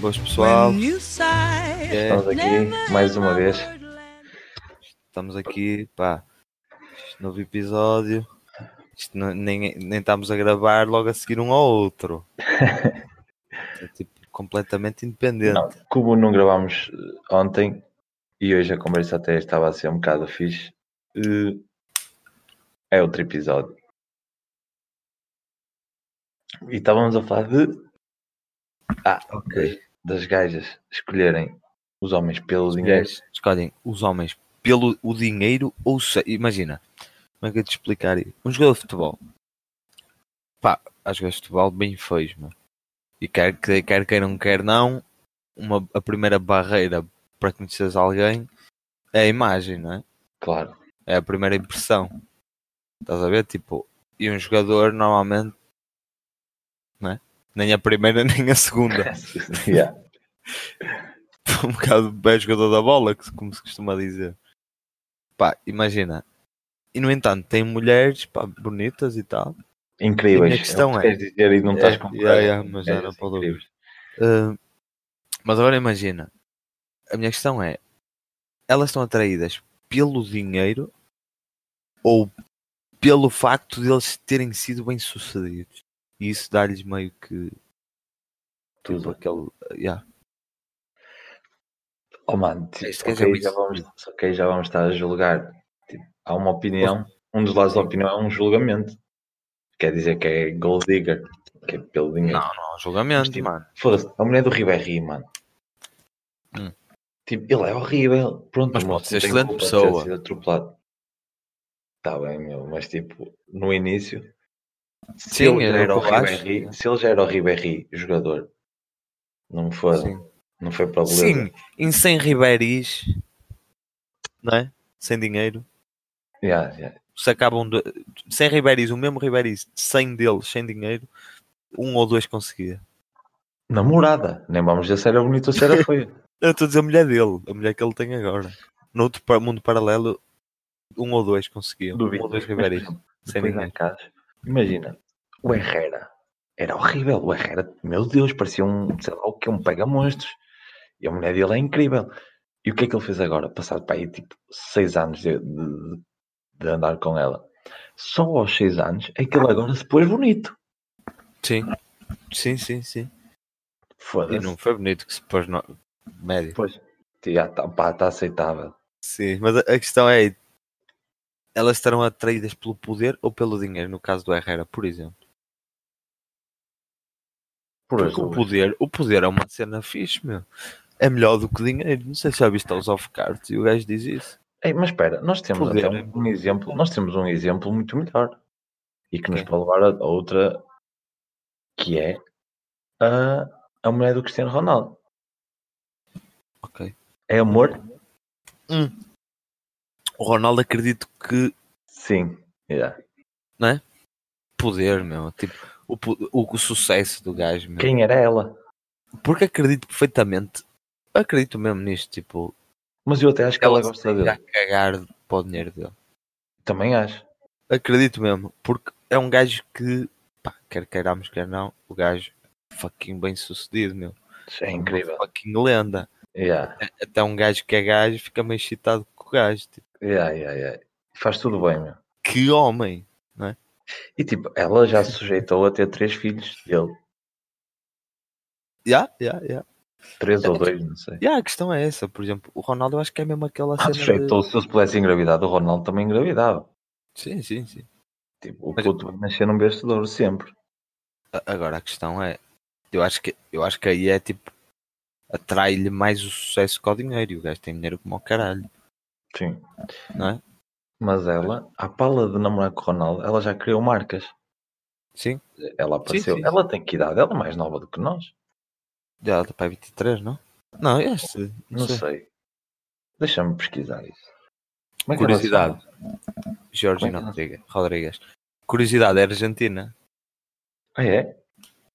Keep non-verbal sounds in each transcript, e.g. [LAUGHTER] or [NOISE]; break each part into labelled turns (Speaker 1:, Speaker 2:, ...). Speaker 1: Boas pessoal,
Speaker 2: É,
Speaker 3: Estamos aqui mais uma vez.
Speaker 1: estamos aqui, pá, este novo episódio, Isto não- nem, nem estamos a gravar logo a seguir um ao outro, é tipo completamente independente,
Speaker 3: Não, como não gravámos eh, ontem e hoje a conversa até estava a ser um bocado fixe, eh, é outro episódio. E estávamos a falar de ah,
Speaker 1: ok,
Speaker 3: das gajas escolherem os homens pelo dinheiro.
Speaker 1: mulheres escolhem os homens pelo o dinheiro ou se, imagina, como é que eu te explicar isso? Um jogador de futebol, pá, há jogadores de futebol bem feios, mano, e quer, que- quer queiram, quer não, uma, a primeira barreira para conheceres alguém é a imagem, não é? [LAUGHS]
Speaker 3: Claro, [LAUGHS]
Speaker 1: É a primeira impressão. Estás a ver? Tipo, e um jogador normalmente. Não é? Nem a primeira [LAUGHS] nem a
Speaker 3: [LAUGHS]
Speaker 1: segunda.
Speaker 3: Yeah,
Speaker 1: um bocado é jogador da bola, que- como se costuma dizer. Pá, imagina. E no entanto, tem mulheres pá, bonitas e tal.
Speaker 3: incríveis.
Speaker 1: E a questão
Speaker 3: o que
Speaker 1: é-
Speaker 3: queres dizer e não
Speaker 1: É,
Speaker 3: estás com é
Speaker 1: yeah, yeah, mas já não
Speaker 3: Mulheres
Speaker 1: pode
Speaker 3: incríveis.
Speaker 1: Ah, mas agora imagina. A minha questão é: elas estão atraídas pelo dinheiro ou pelo facto de eles terem sido bem-sucedidos? E isso dá-lhes meio que tipo,
Speaker 3: Tudo.
Speaker 1: aquele. yeah.
Speaker 3: Oh mano, tipo,
Speaker 1: Isto quer
Speaker 3: ok,
Speaker 1: dizer muito.
Speaker 3: já vamos, ok, já vamos estar a julgar. Tipo, há uma opinião, um dos lados da opinião é um julgamento. Quer dizer que é gold digger, que é pelo dinheiro.
Speaker 1: Não, não, julgamento,
Speaker 3: Mas, tipo,
Speaker 1: mano.
Speaker 3: Foda-se, a mulher do Ribéry, mano.
Speaker 1: Hum.
Speaker 3: Tipo, ele é horrível. Pronto,
Speaker 1: Mas
Speaker 3: o moço
Speaker 1: pode ser
Speaker 3: tem
Speaker 1: excelente
Speaker 3: culpa de
Speaker 1: pessoa.
Speaker 3: Ter sido atropelado. Tá bem, meu, mas tipo, no início, se,
Speaker 1: Sim,
Speaker 3: ele, já
Speaker 1: era
Speaker 3: era
Speaker 1: o né? que
Speaker 3: o
Speaker 1: eu acho.
Speaker 3: Ribéry, se ele já era o Ribéry jogador, não foi,
Speaker 1: Sim.
Speaker 3: não foi para o
Speaker 1: Sim, em 100 ribeiris, não é? Sem dinheiro.
Speaker 3: Yeah, yeah.
Speaker 1: Se acabam de. 100 ribeiris, o mesmo ribeiris, 100 deles sem dinheiro, um ou dois conseguia.
Speaker 3: Namorada, nem vamos dizer se era bonito ou
Speaker 1: [LAUGHS]
Speaker 3: se era feio.
Speaker 1: Eu estou a dizer a mulher dele, a mulher que ele tem agora. No outro pa- mundo paralelo, um ou dois conseguiam. Um ou dois
Speaker 3: Mas, por
Speaker 1: ribeiris,
Speaker 3: exemplo,
Speaker 1: sem
Speaker 3: depois há
Speaker 1: dinheiro.
Speaker 3: casos- Imagina, o Herrera era horrível. O Herrera, meu Deus, parecia um, sei lá o que, um pega-monstros. E a mulher dele é incrível. E o que é que ele fez agora? Passado para aí, tipo, seis anos de, de- de andar com ela. Só aos seis anos é que ele agora se pôs bonito.
Speaker 1: Sim, sim, sim, sim. E
Speaker 3: Foda-se.
Speaker 1: não foi bonito que se pôs no... médio.
Speaker 3: Pois, está tá aceitável.
Speaker 1: Sim, mas a a questão é: elas estarão atraídas pelo poder ou pelo dinheiro? No caso do Herrera, por exemplo.
Speaker 3: Por
Speaker 1: Porque o
Speaker 3: hoje,
Speaker 1: poder, o poder é uma cena fixe, meu. É melhor do que dinheiro. Não sei se já viste aos off-cards e o gajo diz isso.
Speaker 3: Ei, mas espera, nós temos
Speaker 1: Poder.
Speaker 3: até um, um exemplo, nós temos um exemplo muito melhor e que nos
Speaker 1: Ok.
Speaker 3: pode levar a a outra que é a, a mulher do Cristiano Ronaldo.
Speaker 1: Ok.
Speaker 3: É amor?
Speaker 1: O Ronaldo acredito que
Speaker 3: Sim. Yeah.
Speaker 1: poder, meu. Tipo, o, po- o, o sucesso do gajo, meu.
Speaker 3: Quem era ela?
Speaker 1: Porque acredito perfeitamente. Acredito mesmo nisto. Tipo,
Speaker 3: Mas eu até acho que ela, gosta
Speaker 1: se
Speaker 3: dele.
Speaker 1: irá cagar para o dinheiro dele.
Speaker 3: Também acho.
Speaker 1: Acredito mesmo, porque é um gajo que, pá, quer queiramos, quer não, o gajo é fucking bem sucedido, meu.
Speaker 3: É incrível.
Speaker 1: Uma fucking lenda.
Speaker 3: Yeah.
Speaker 1: Até um gajo que é gajo fica meio excitado com o gajo. Tipo,
Speaker 3: Yeah, yeah, yeah. Faz tudo bem, meu.
Speaker 1: que homem!
Speaker 3: E tipo, ela já se sujeitou a ter três filhos dele.
Speaker 1: Já, já, já.
Speaker 3: Três ou dois, não sei.
Speaker 1: Já, a questão é essa, por exemplo, o Ronaldo eu acho que é mesmo aquela
Speaker 3: Ah,
Speaker 1: cena. de-
Speaker 3: sujeitou. Se eles pudessem engravidar, o Ronaldo também engravidava.
Speaker 1: Sim, sim, sim.
Speaker 3: Tipo, o
Speaker 1: Mas-
Speaker 3: puto vai nascer num berço de ouro sempre.
Speaker 1: A- Agora a questão é, eu acho que, eu acho que aí é tipo, atrai-lhe mais o sucesso que o dinheiro. E o gajo tem dinheiro como o caralho,
Speaker 3: Sim.
Speaker 1: não é?
Speaker 3: Mas ela, à pala de namorar com o Ronaldo, ela já criou marcas.
Speaker 1: Sim,
Speaker 3: Ela apareceu.
Speaker 1: sim, sim.
Speaker 3: Ela tem que idade? Ela é mais nova do que nós?
Speaker 1: já dá para 23, não? Não, este.
Speaker 3: Não sei. Deixa-me pesquisar isso. Como é que ela se
Speaker 1: Curiosidade.
Speaker 3: chama?
Speaker 1: Georgina
Speaker 3: Como é
Speaker 1: Rodrigues. Rodrigues. Curiosidade, é argentina.
Speaker 3: Ah, é?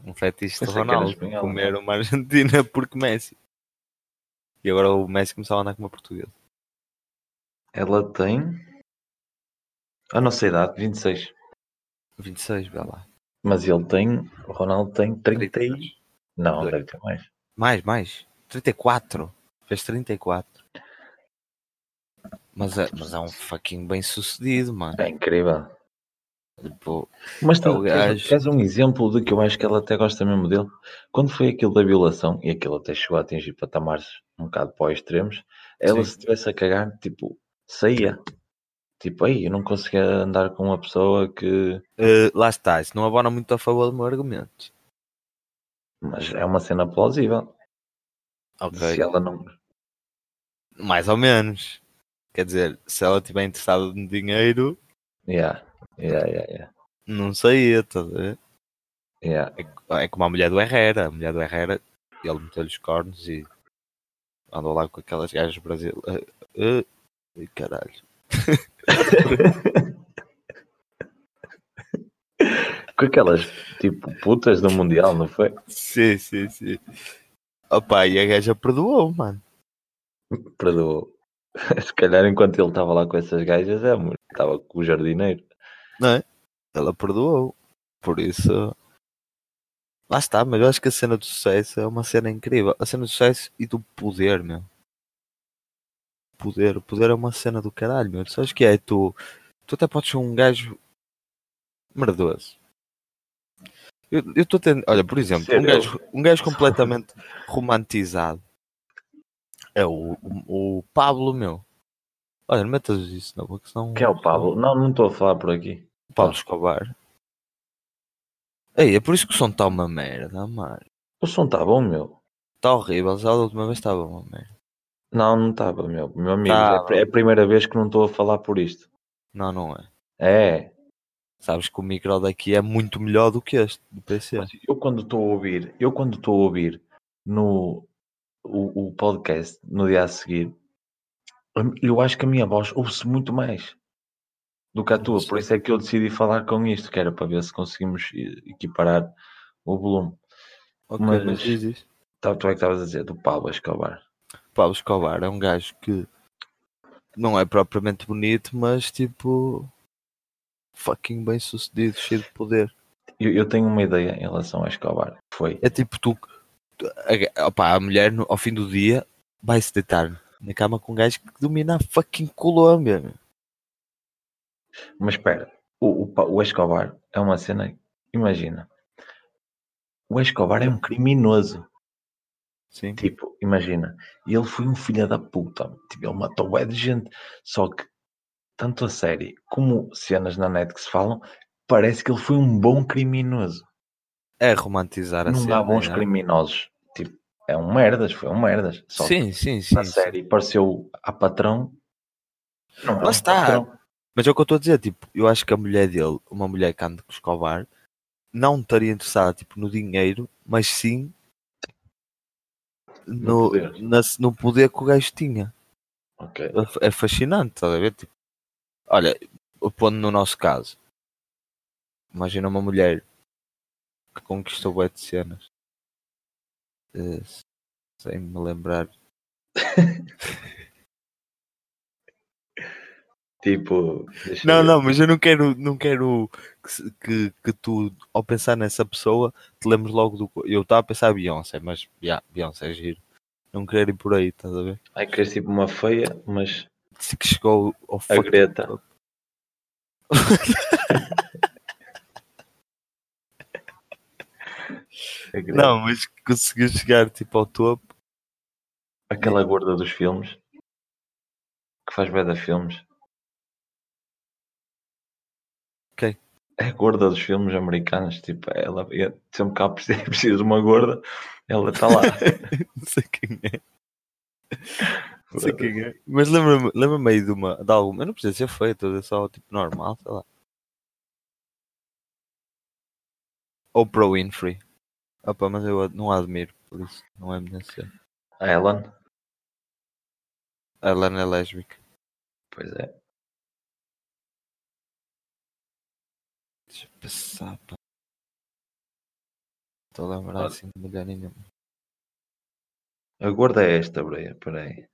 Speaker 1: Um fetiche de
Speaker 3: Pensei que era
Speaker 1: Ronaldo.
Speaker 3: espanhola.
Speaker 1: Comer uma argentina [LAUGHS] porque Messi. E agora o Messi começava a andar com uma portuguesa.
Speaker 3: Ela tem. A nossa idade, 26.
Speaker 1: 26, vai lá.
Speaker 3: Mas ele tem. O Ronaldo tem 30 e. Não, deve ter mais.
Speaker 1: Mais, mais. 34. Fez 34. Mas é, mas é um fucking bem sucedido, mano.
Speaker 3: É incrível.
Speaker 1: Tipo,
Speaker 3: Mas tu,
Speaker 1: É o
Speaker 3: tens,
Speaker 1: gajo.
Speaker 3: tens um exemplo de que eu acho que ela até gosta mesmo dele. Quando foi aquilo da violação, e aquilo até chegou a atingir patamares um bocado para os extremos, ela
Speaker 1: Sim.
Speaker 3: se estivesse a cagar, tipo, saía. Tipo, aí eu não conseguia andar com uma pessoa que.
Speaker 1: eh, lá está, isso não abona muito a favor do meu argumento.
Speaker 3: Mas é uma cena plausível.
Speaker 1: Ok.
Speaker 3: Se ela não.
Speaker 1: Mais ou menos. Quer dizer, se ela estiver interessada no dinheiro,
Speaker 3: Yeah, yeah, yeah, yeah.
Speaker 1: não saía, estás a ver?
Speaker 3: yeah.
Speaker 1: É co- É como a mulher do Herrera. A mulher do Herrera, ele meteu-lhe os cornos e andou lá com aquelas gajas brasileiras. Eh, eh, caralho.
Speaker 3: Com aquelas, tipo, putas do Mundial, não foi?
Speaker 1: Sim, sim, sim. Opa, e a gaja perdoou, mano.
Speaker 3: Perdoou. [LAUGHS] Se calhar enquanto ele estava lá com essas gajas, é, amor, estava com o jardineiro.
Speaker 1: Ela perdoou. Por isso. Lá está, mas eu acho que a cena do sucesso é uma cena incrível. A cena do sucesso e do poder, meu. Poder. O poder é uma cena do caralho, meu. Tu sabes que é? Tu, tu até podes ser um gajo merdoso. Eu estou tendo. Olha, por exemplo, um
Speaker 3: Sério?
Speaker 1: gajo, um gajo completamente romantizado é o, o, o Pablo, meu. Olha, não metas isso na boca, senão.
Speaker 3: Que é o Pablo? Não, não estou a falar por aqui.
Speaker 1: Paulo Escobar. Ei, é por isso que o som está uma merda, mano.
Speaker 3: O som está bom, meu.
Speaker 1: Está horrível, já da última vez estava uma merda.
Speaker 3: Não, não estava, meu. Meu amigo,
Speaker 1: Tá,
Speaker 3: é, a pri- é a primeira vez que não estou a falar por isto.
Speaker 1: Não, não é.
Speaker 3: É.
Speaker 1: Sabes que o micro daqui é muito melhor do que este do PC.
Speaker 3: Mas Eu quando estou a ouvir, eu quando estou a ouvir no o, o podcast no dia a seguir, eu acho que a minha voz ouve-se muito mais do que a tua. Por isso é que eu decidi falar com isto, que era para ver se conseguimos e- equiparar o volume.
Speaker 1: Ok,
Speaker 3: mas-
Speaker 1: mas, diz isso.
Speaker 3: Tá, Tu é que estavas a dizer, do Pablo Escobar.
Speaker 1: Paulo Escobar é um gajo que não é propriamente bonito, mas tipo. fucking bem sucedido, cheio de poder.
Speaker 3: Eu, eu tenho uma ideia em relação a Escobar. que Foi.
Speaker 1: É tipo tu. tu- a, ga- opa, a mulher no- ao fim do dia vai se deitar na cama com um gajo que domina a fucking Colômbia, meu.
Speaker 3: Mas espera, o, o, Pa- o Escobar é uma cena. Imagina, o Escobar é um criminoso.
Speaker 1: Sim.
Speaker 3: Tipo, imagina, e ele foi um filho da puta. Tipo, ele matou bué de gente. Só que, tanto a série como cenas na net que se falam, parece que ele foi um bom criminoso.
Speaker 1: É romantizar a
Speaker 3: Não um
Speaker 1: cena.
Speaker 3: há bons
Speaker 1: né?
Speaker 3: criminosos. Tipo, é um merdas, foi um merdas. Só que
Speaker 1: Sim, sim, sim.
Speaker 3: na
Speaker 1: sim.
Speaker 3: série pareceu a patrão. Não é
Speaker 1: Lá
Speaker 3: um
Speaker 1: está.
Speaker 3: patrão.
Speaker 1: Mas é o que eu estou a dizer, tipo, eu acho que a mulher dele, uma mulher que anda com o Escobar, não estaria interessada, tipo, no dinheiro, mas sim no,
Speaker 3: No poder.
Speaker 1: na- no poder que o gajo tinha.
Speaker 3: Ok.
Speaker 1: É fa- É fascinante, estás a ver? Tipo, olha, pondo no nosso caso, imagina uma mulher que conquistou bué de cenas. Eh, sem me lembrar.
Speaker 3: Tipo. deixa eu
Speaker 1: Não,
Speaker 3: ver.
Speaker 1: não, mas eu não quero, não quero que, se- que, que tu, ao pensar nessa pessoa, te lembres logo do. co- Eu estava a pensar a Beyoncé, mas yeah, Beyoncé é giro. Não quero ir por aí, estás a ver?
Speaker 3: Ai, queres tipo uma feia, mas
Speaker 1: Se que chegou ao
Speaker 3: a
Speaker 1: fucking
Speaker 3: Greta.
Speaker 1: top.
Speaker 3: A Greta.
Speaker 1: Não, mas que conseguiu chegar tipo ao topo.
Speaker 3: Aquela gorda dos filmes. Que faz bem filmes.
Speaker 1: Quem?
Speaker 3: É a gorda dos filmes americanos. Tipo, ela [LAUGHS] é- sempre que há preciso, preciso de uma gorda, ela está lá.
Speaker 1: [LAUGHS] Não sei quem é. Não sei quem é. Mas lembra-me lembra aí de uma. De alguma. Eu não precisa ser feia, estou a dizer só tipo normal, sei lá. Oprah Winfrey. Opa, mas eu a- não a admiro, por isso não é minha cena.
Speaker 3: A Ellen?
Speaker 1: A Lana é lésbica.
Speaker 3: Pois é.
Speaker 1: Deixa eu pensar, pá. Estou a lembrar assim de mulher nenhuma.
Speaker 3: A gorda é esta, Breia. Peraí.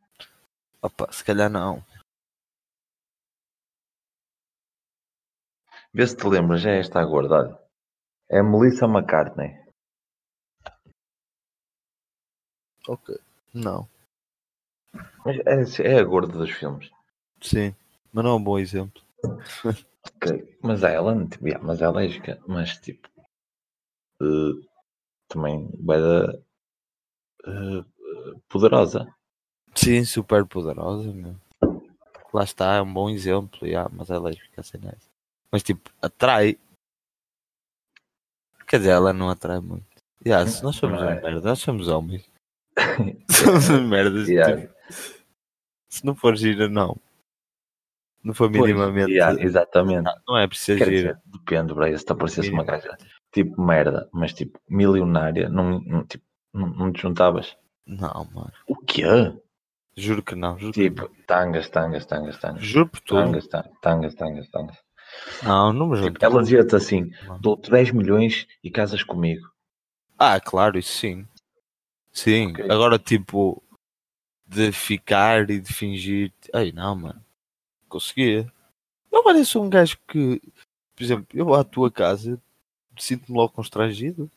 Speaker 1: Opa, se calhar não.
Speaker 3: Vê se te lembras. É esta a gorda. olha. É a Melissa McCartney.
Speaker 1: Ok. Não.
Speaker 3: Mas é, assim, é a gorda dos filmes.
Speaker 1: Sim. Mas não é um bom exemplo.
Speaker 3: Ok. Mas a Ellen, tipo, yeah, mas é lésbica. Mas tipo. eh, também vai da. eh, poderosa.
Speaker 1: Sim, super poderosa, meu. Lá está, é um bom exemplo, já, mas é lésbica, assim, é. Mas tipo, atrai. Quer dizer, ela não atrai muito. Já, se nós somos
Speaker 3: não é.
Speaker 1: uma merda, nós somos
Speaker 3: [LAUGHS]
Speaker 1: homens. somos umas merdas.
Speaker 3: Yeah.
Speaker 1: tipo, se não for gira, não. Não for
Speaker 3: Pois,
Speaker 1: minimamente.
Speaker 3: yeah, exatamente.
Speaker 1: Não é preciso
Speaker 3: Quer
Speaker 1: gira.
Speaker 3: dizer, depende, Braia, se te aparecesse uma gaja tipo merda, mas tipo milionária, não, não, tipo, não, não te juntavas.
Speaker 1: Não, mano.
Speaker 3: O quê?
Speaker 1: Juro que não. Juro, que
Speaker 3: Tipo, tangas, tangas, tangas,
Speaker 1: não.
Speaker 3: tangas.
Speaker 1: juro por tudo.
Speaker 3: Tangas, ta- tangas, tangas, tangas.
Speaker 1: Não, não me
Speaker 3: Tipo,
Speaker 1: junto.
Speaker 3: ela dizia-te assim:
Speaker 1: Não.
Speaker 3: dou-te 10 milhões e casas comigo.
Speaker 1: Ah, claro, isso sim. Sim,
Speaker 3: Ok.
Speaker 1: agora tipo de ficar e de fingir. Ai não, mano, conseguia. Eu pareço um gajo que, por exemplo, eu vou à tua casa, sinto-me logo constrangido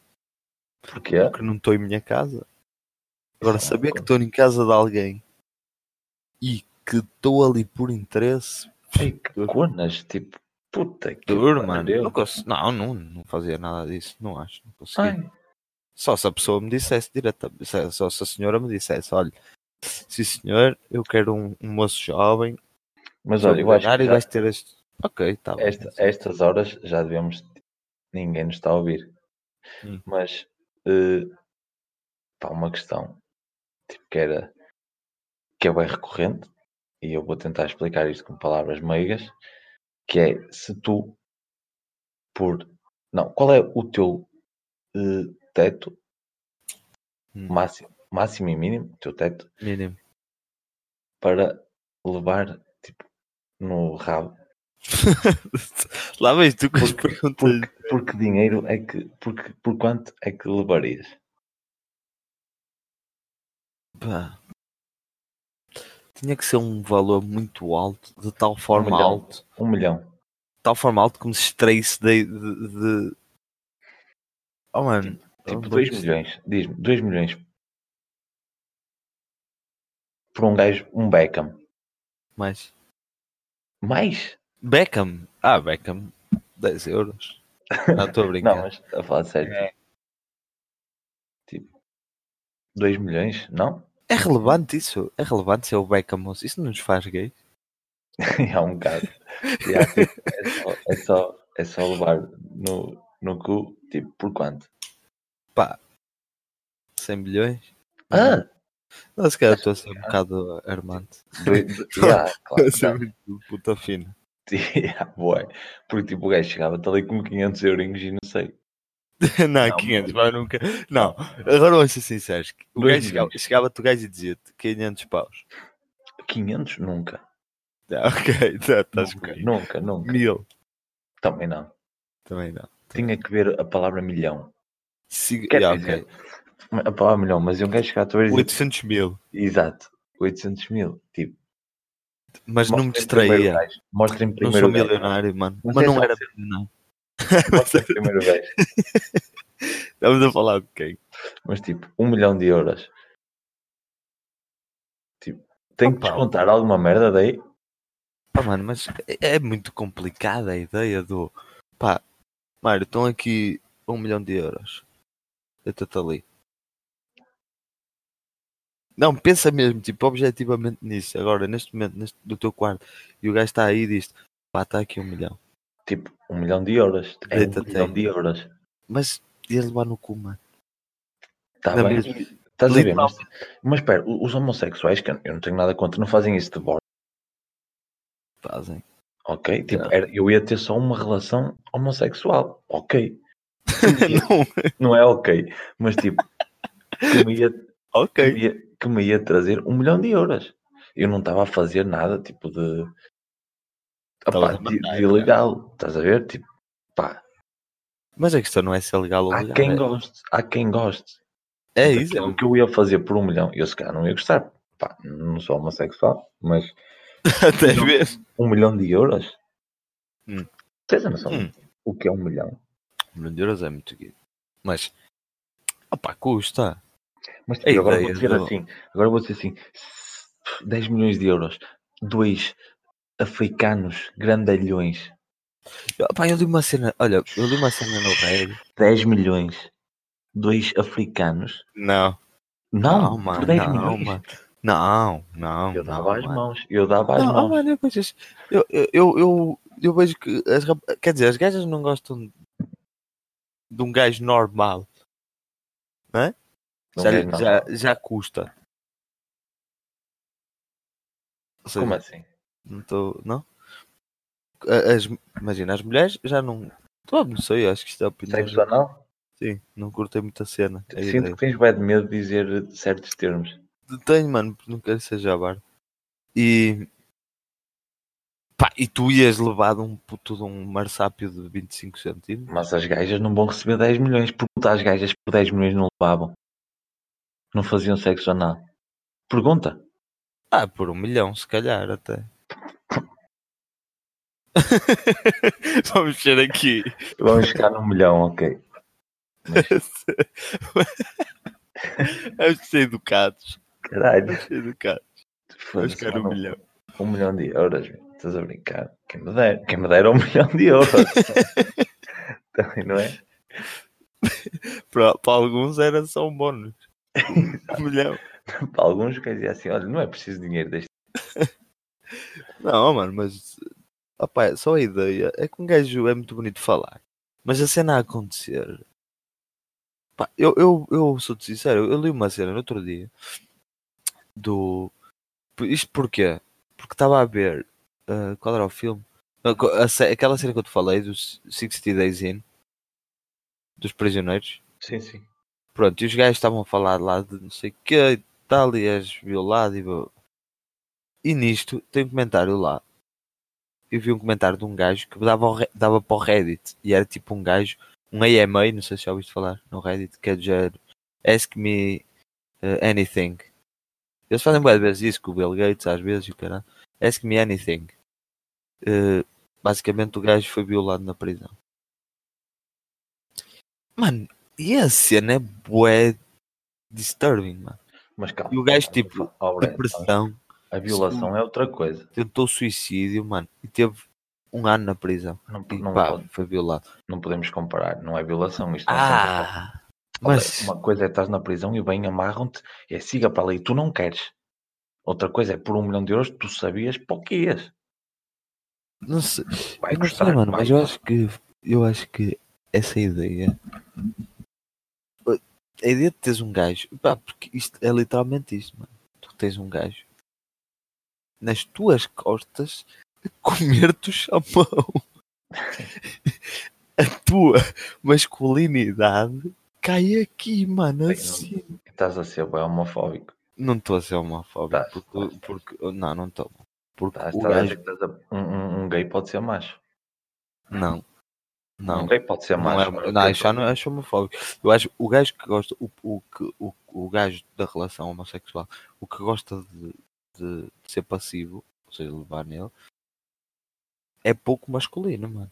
Speaker 3: Porquê?
Speaker 1: porque não estou em minha casa. Agora,
Speaker 3: Isso é uma
Speaker 1: saber que
Speaker 3: coisa.
Speaker 1: estou em casa de alguém e que estou ali por interesse,
Speaker 3: Ei, que conas, tipo, puta que
Speaker 1: duro, mano.
Speaker 3: pariu.
Speaker 1: Não, cons- não, não, não fazia nada disso, não acho, não conseguia.
Speaker 3: Ai,
Speaker 1: Só se a pessoa me dissesse diretamente, se- só se a senhora me dissesse, olha, sim senhor, eu quero um, um moço jovem,
Speaker 3: Mas
Speaker 1: sou
Speaker 3: olha, eu acho
Speaker 1: milionário
Speaker 3: que
Speaker 1: e
Speaker 3: já,
Speaker 1: vais ter este. Ok, tá bem.
Speaker 3: esta- é estas horas já devemos. Ninguém nos está a ouvir.
Speaker 1: Hum.
Speaker 3: Mas eh, pá, uma questão tipo, que era que é bem recorrente, e eu vou tentar explicar isto com palavras meigas, que é se tu por. Não, qual é o teu eh, teto
Speaker 1: Hum.
Speaker 3: máximo, máximo e mínimo, teu teto,
Speaker 1: Mínimo. [LAUGHS]
Speaker 3: para levar tipo, no rabo
Speaker 1: Lá vês tu com as perguntas.
Speaker 3: Porque, porque dinheiro é que. Porque, por quanto é que levarias?
Speaker 1: Pá. Tinha que ser um valor muito alto, de tal forma
Speaker 3: milhão.
Speaker 1: alto,
Speaker 3: Um milhão.
Speaker 1: de tal forma alto que me distraísse de, de, de- Oh mano. eu
Speaker 3: Tipo,
Speaker 1: não
Speaker 3: 2
Speaker 1: vou-
Speaker 3: milhões. Diz-me, 2 milhões. Por um gajo, um Beckham.
Speaker 1: Mais.
Speaker 3: Mais?
Speaker 1: Beckham. Ah, Beckham. 10
Speaker 3: [LAUGHS]
Speaker 1: euros. Não estou a brincar.
Speaker 3: Não, mas é, a falar sério.
Speaker 1: É.
Speaker 3: Tipo. 2 milhões? Não? [LAUGHS]
Speaker 1: É relevante isso? É relevante ser o Beckham moço? Isso não nos faz gay?
Speaker 3: é um bocado. E há, tipo, é, só, é, só, é só levar no, no cu, tipo, por quanto?
Speaker 1: 100 milhões?
Speaker 3: Ah!
Speaker 1: Não, se calhar estou a ser um bocado
Speaker 3: [LAUGHS]
Speaker 1: armante.
Speaker 3: Dois, yeah, claro,
Speaker 1: Estou a ser é muito puta fina.
Speaker 3: [LAUGHS] Yeah, boy. Porque tipo, o gajo chegava-te ali com 500 eurinhos e não sei.
Speaker 1: [LAUGHS] Não,
Speaker 3: Não,
Speaker 1: 500, mas nunca. Não, agora vamos ser sinceros. O
Speaker 3: Dois
Speaker 1: gajo chegava- chegava-te o gajo e dizia-te 500 paus.
Speaker 3: 500? Nunca.
Speaker 1: Tá, [LAUGHS] ok, tá, estás
Speaker 3: nunca,
Speaker 1: comigo.
Speaker 3: nunca, nunca.
Speaker 1: Mil.
Speaker 3: Também não.
Speaker 1: Também não.
Speaker 3: Tinha que ver a palavra milhão.
Speaker 1: Sig-
Speaker 3: Quer
Speaker 1: yeah,
Speaker 3: dizer,
Speaker 1: ok.
Speaker 3: A palavra milhão, mas um gajo chegava-te a ver e dizer,
Speaker 1: 800 mil.
Speaker 3: Exato, 800 mil. Tipo,
Speaker 1: Mas não me
Speaker 3: mostrem primeiro o
Speaker 1: distraía.
Speaker 3: gajo, Mostrem
Speaker 1: Não
Speaker 3: primeiro
Speaker 1: sou
Speaker 3: o gajo.
Speaker 1: milionário, mano.
Speaker 3: Mas
Speaker 1: Mas
Speaker 3: é
Speaker 1: não
Speaker 3: só
Speaker 1: era
Speaker 3: ser-
Speaker 1: milionário.
Speaker 3: Mostrem primeiro o gajo.
Speaker 1: Estamos a falar de quem?
Speaker 3: Mas tipo, um milhão de euros. Tipo, tem que
Speaker 1: Opa.
Speaker 3: descontar alguma merda daí?
Speaker 1: Pá, mano, mas é é muito complicada a ideia do. Pá, Mário, estão aqui um milhão de euros. Deita-te ali. Não, pensa mesmo, tipo, objetivamente nisso. Agora, neste momento, neste, do teu quarto, e o gajo está aí e diz pá, está aqui um milhão.
Speaker 3: Tipo, um milhão de euros. É um
Speaker 1: Deita-te
Speaker 3: milhão
Speaker 1: aí.
Speaker 3: de euros.
Speaker 1: Mas ia levar no cu, mano.
Speaker 3: Tá
Speaker 1: Na
Speaker 3: bem.
Speaker 1: mesma.
Speaker 3: E- Estás a ver?
Speaker 1: Literal.
Speaker 3: Mas, mas espera, o- os homossexuais, que eu eu não tenho nada contra, não fazem isso de bordo,
Speaker 1: Fazem.
Speaker 3: ok? Tipo,
Speaker 1: Não.
Speaker 3: era- eu ia ter só uma relação homossexual,
Speaker 1: [LAUGHS]
Speaker 3: ok?
Speaker 1: Não,
Speaker 3: [LAUGHS] Não é ok, mas tipo, que me ia, que
Speaker 1: ok.
Speaker 3: me ia- que me ia trazer um milhão de euros. Eu não estava a fazer nada, tipo, de,
Speaker 1: Estavas
Speaker 3: Opá,
Speaker 1: a é?
Speaker 3: de-
Speaker 1: mandar,
Speaker 3: de ilegal, estás a ver? Tipo, pá,
Speaker 1: Mas a questão não é se é legal ou
Speaker 3: há quem
Speaker 1: legal.
Speaker 3: goste, há quem goste.
Speaker 1: É, é
Speaker 3: Então,
Speaker 1: isso, é
Speaker 3: O que eu ia fazer por um milhão, eu se calhar não ia gostar, pá, não sou homossexual, mas
Speaker 1: até ver.
Speaker 3: Um milhão de euros?
Speaker 1: Hum.
Speaker 3: Tens a noção
Speaker 1: Hum.
Speaker 3: o que é um milhão?
Speaker 1: Um milhão de euros é muito guido. Mas, opá, custa.
Speaker 3: Mas
Speaker 1: A
Speaker 3: tipo, agora vou
Speaker 1: ideia
Speaker 3: dizer
Speaker 1: do-
Speaker 3: assim, agora vou dizer assim, s- 10 milhões de euros, dois africanos grandalhões,
Speaker 1: Pá, eu li uma cena, olha, eu li uma cena no Reddit.
Speaker 3: 10 milhões, dois africanos.
Speaker 1: Não,
Speaker 3: Não,
Speaker 1: não, mano,
Speaker 3: por 10
Speaker 1: não,
Speaker 3: milhões.
Speaker 1: mano. Não, não.
Speaker 3: Eu
Speaker 1: não,
Speaker 3: dava as
Speaker 1: mano.
Speaker 3: mãos, eu dava as
Speaker 1: Não, ah,
Speaker 3: mãos.
Speaker 1: mano, é coisas. Eu, eu, eu, eu, eu vejo que. As, rap- quer dizer, as gajas não gostam de um gajo normal.
Speaker 3: Não
Speaker 1: já,
Speaker 3: é, não.
Speaker 1: já, já custa. Ou seja,
Speaker 3: Como assim?
Speaker 1: Não estou. Não? A- As, imagina, as mulheres já não. Pô, não sei, acho que isto é a opinião.
Speaker 3: Sexo anal?
Speaker 1: Sim, não curtei muito a cena. é a
Speaker 3: Sinto
Speaker 1: ideia.
Speaker 3: que tens bem de medo de dizer certos termos.
Speaker 1: Tenho, mano, porque não quero ser jabar. E. Pá, e tu ias levar de um puto de um marsápio de 25 centímetros?
Speaker 3: Mas as gajas não vão receber 10 milhões. Pergunta às gajas que por 10 milhões não levavam. Não faziam sexo anal. Pergunta.
Speaker 1: Ah, por um milhão, se calhar, até. [LAUGHS] Vamos mexer aqui. [LAUGHS]
Speaker 3: Vamos [LAUGHS] chegar num milhão, ok.
Speaker 1: Vamos ser educados.
Speaker 3: Caralho.
Speaker 1: Vamos ser educados. Vamos
Speaker 3: foda-se,
Speaker 1: querer um
Speaker 3: mano,
Speaker 1: milhão.
Speaker 3: um milhão de euros. meu. Estás a brincar? Quem me der? Quem me der um [LAUGHS] milhão de euros. Também não é?
Speaker 1: Para, para alguns era só um bónus. Um milhão.
Speaker 3: Para alguns quer dizer assim, olha, não é preciso dinheiro deste.
Speaker 1: Não, mano, mas opá, só a ideia é que um gajo é muito bonito falar, mas a cena a acontecer. Pá, eu, eu, eu sou sincero, eu li uma cena no outro dia do. Isto porquê? Porque estava a ver ah, qual era o filme? Ah, co- a ce- aquela cena que eu te falei dos 60 Days In dos prisioneiros.
Speaker 3: Sim, sim.
Speaker 1: Pronto, e os gajos estavam a falar lá de não sei o que e tal, e és violado e blá. E nisto tem um comentário lá. Eu vi um comentário de um gajo que dava, ao Re- dava para o Reddit e era tipo um gajo, um AMA, não sei se já ouviste falar no Reddit, que é do género Ask me eh, anything. Eles fazem várias vezes isso com o Bill Gates às vezes e o caralho. Ask me anything. Eh, basicamente o gajo foi violado na prisão. Mano, e a cena é bué disturbing, mano.
Speaker 3: Mas calma.
Speaker 1: E o gajo,
Speaker 3: calma,
Speaker 1: tipo,
Speaker 3: ó, Breno,
Speaker 1: Depressão,
Speaker 3: a violação é outra coisa.
Speaker 1: tentou suicídio, mano, e teve um ano na prisão.
Speaker 3: Não,
Speaker 1: E
Speaker 3: não,
Speaker 1: pá,
Speaker 3: pode-
Speaker 1: foi violado.
Speaker 3: não podemos comparar. Não é violação. Isto não são
Speaker 1: Ah!
Speaker 3: Olha,
Speaker 1: Mas,
Speaker 3: Uma coisa é estás na prisão e bem amarram-te e é siga para ali, tu não queres. Outra coisa é por um milhão de euros tu sabias para o que ias.
Speaker 1: não sei,
Speaker 3: Vai
Speaker 1: eu não
Speaker 3: custar,
Speaker 1: sei, mano,
Speaker 3: vai.
Speaker 1: mas eu acho que, eu acho que essa ideia. A ideia de teres um gajo, pá, porque isto é literalmente isto, mano. Tu tens um gajo nas tuas costas a comer-te o chamão. a tua masculinidade cai aqui, mano,
Speaker 3: Bem,
Speaker 1: assim.
Speaker 3: Estás a ser bem homofóbico.
Speaker 1: Não estou a ser homofóbico.
Speaker 3: Estás,
Speaker 1: porque,
Speaker 3: estás,
Speaker 1: porque- não, não estou. Porque
Speaker 3: Estás,
Speaker 1: o
Speaker 3: estás a
Speaker 1: gajo.
Speaker 3: dizer que estás a- um, um- um gay pode ser macho.
Speaker 1: Não.
Speaker 3: Um
Speaker 1: Não.
Speaker 3: gay pode ser
Speaker 1: Não,
Speaker 3: macho.
Speaker 1: é,
Speaker 3: mas
Speaker 1: não,
Speaker 3: gay
Speaker 1: isso já
Speaker 3: pode-
Speaker 1: não é homofóbico. Eu acho o gajo que gosta, o, o, que- o, o gajo da relação homossexual, o que gosta de, de ser passivo, ou seja, levar nele, é pouco masculino, mano.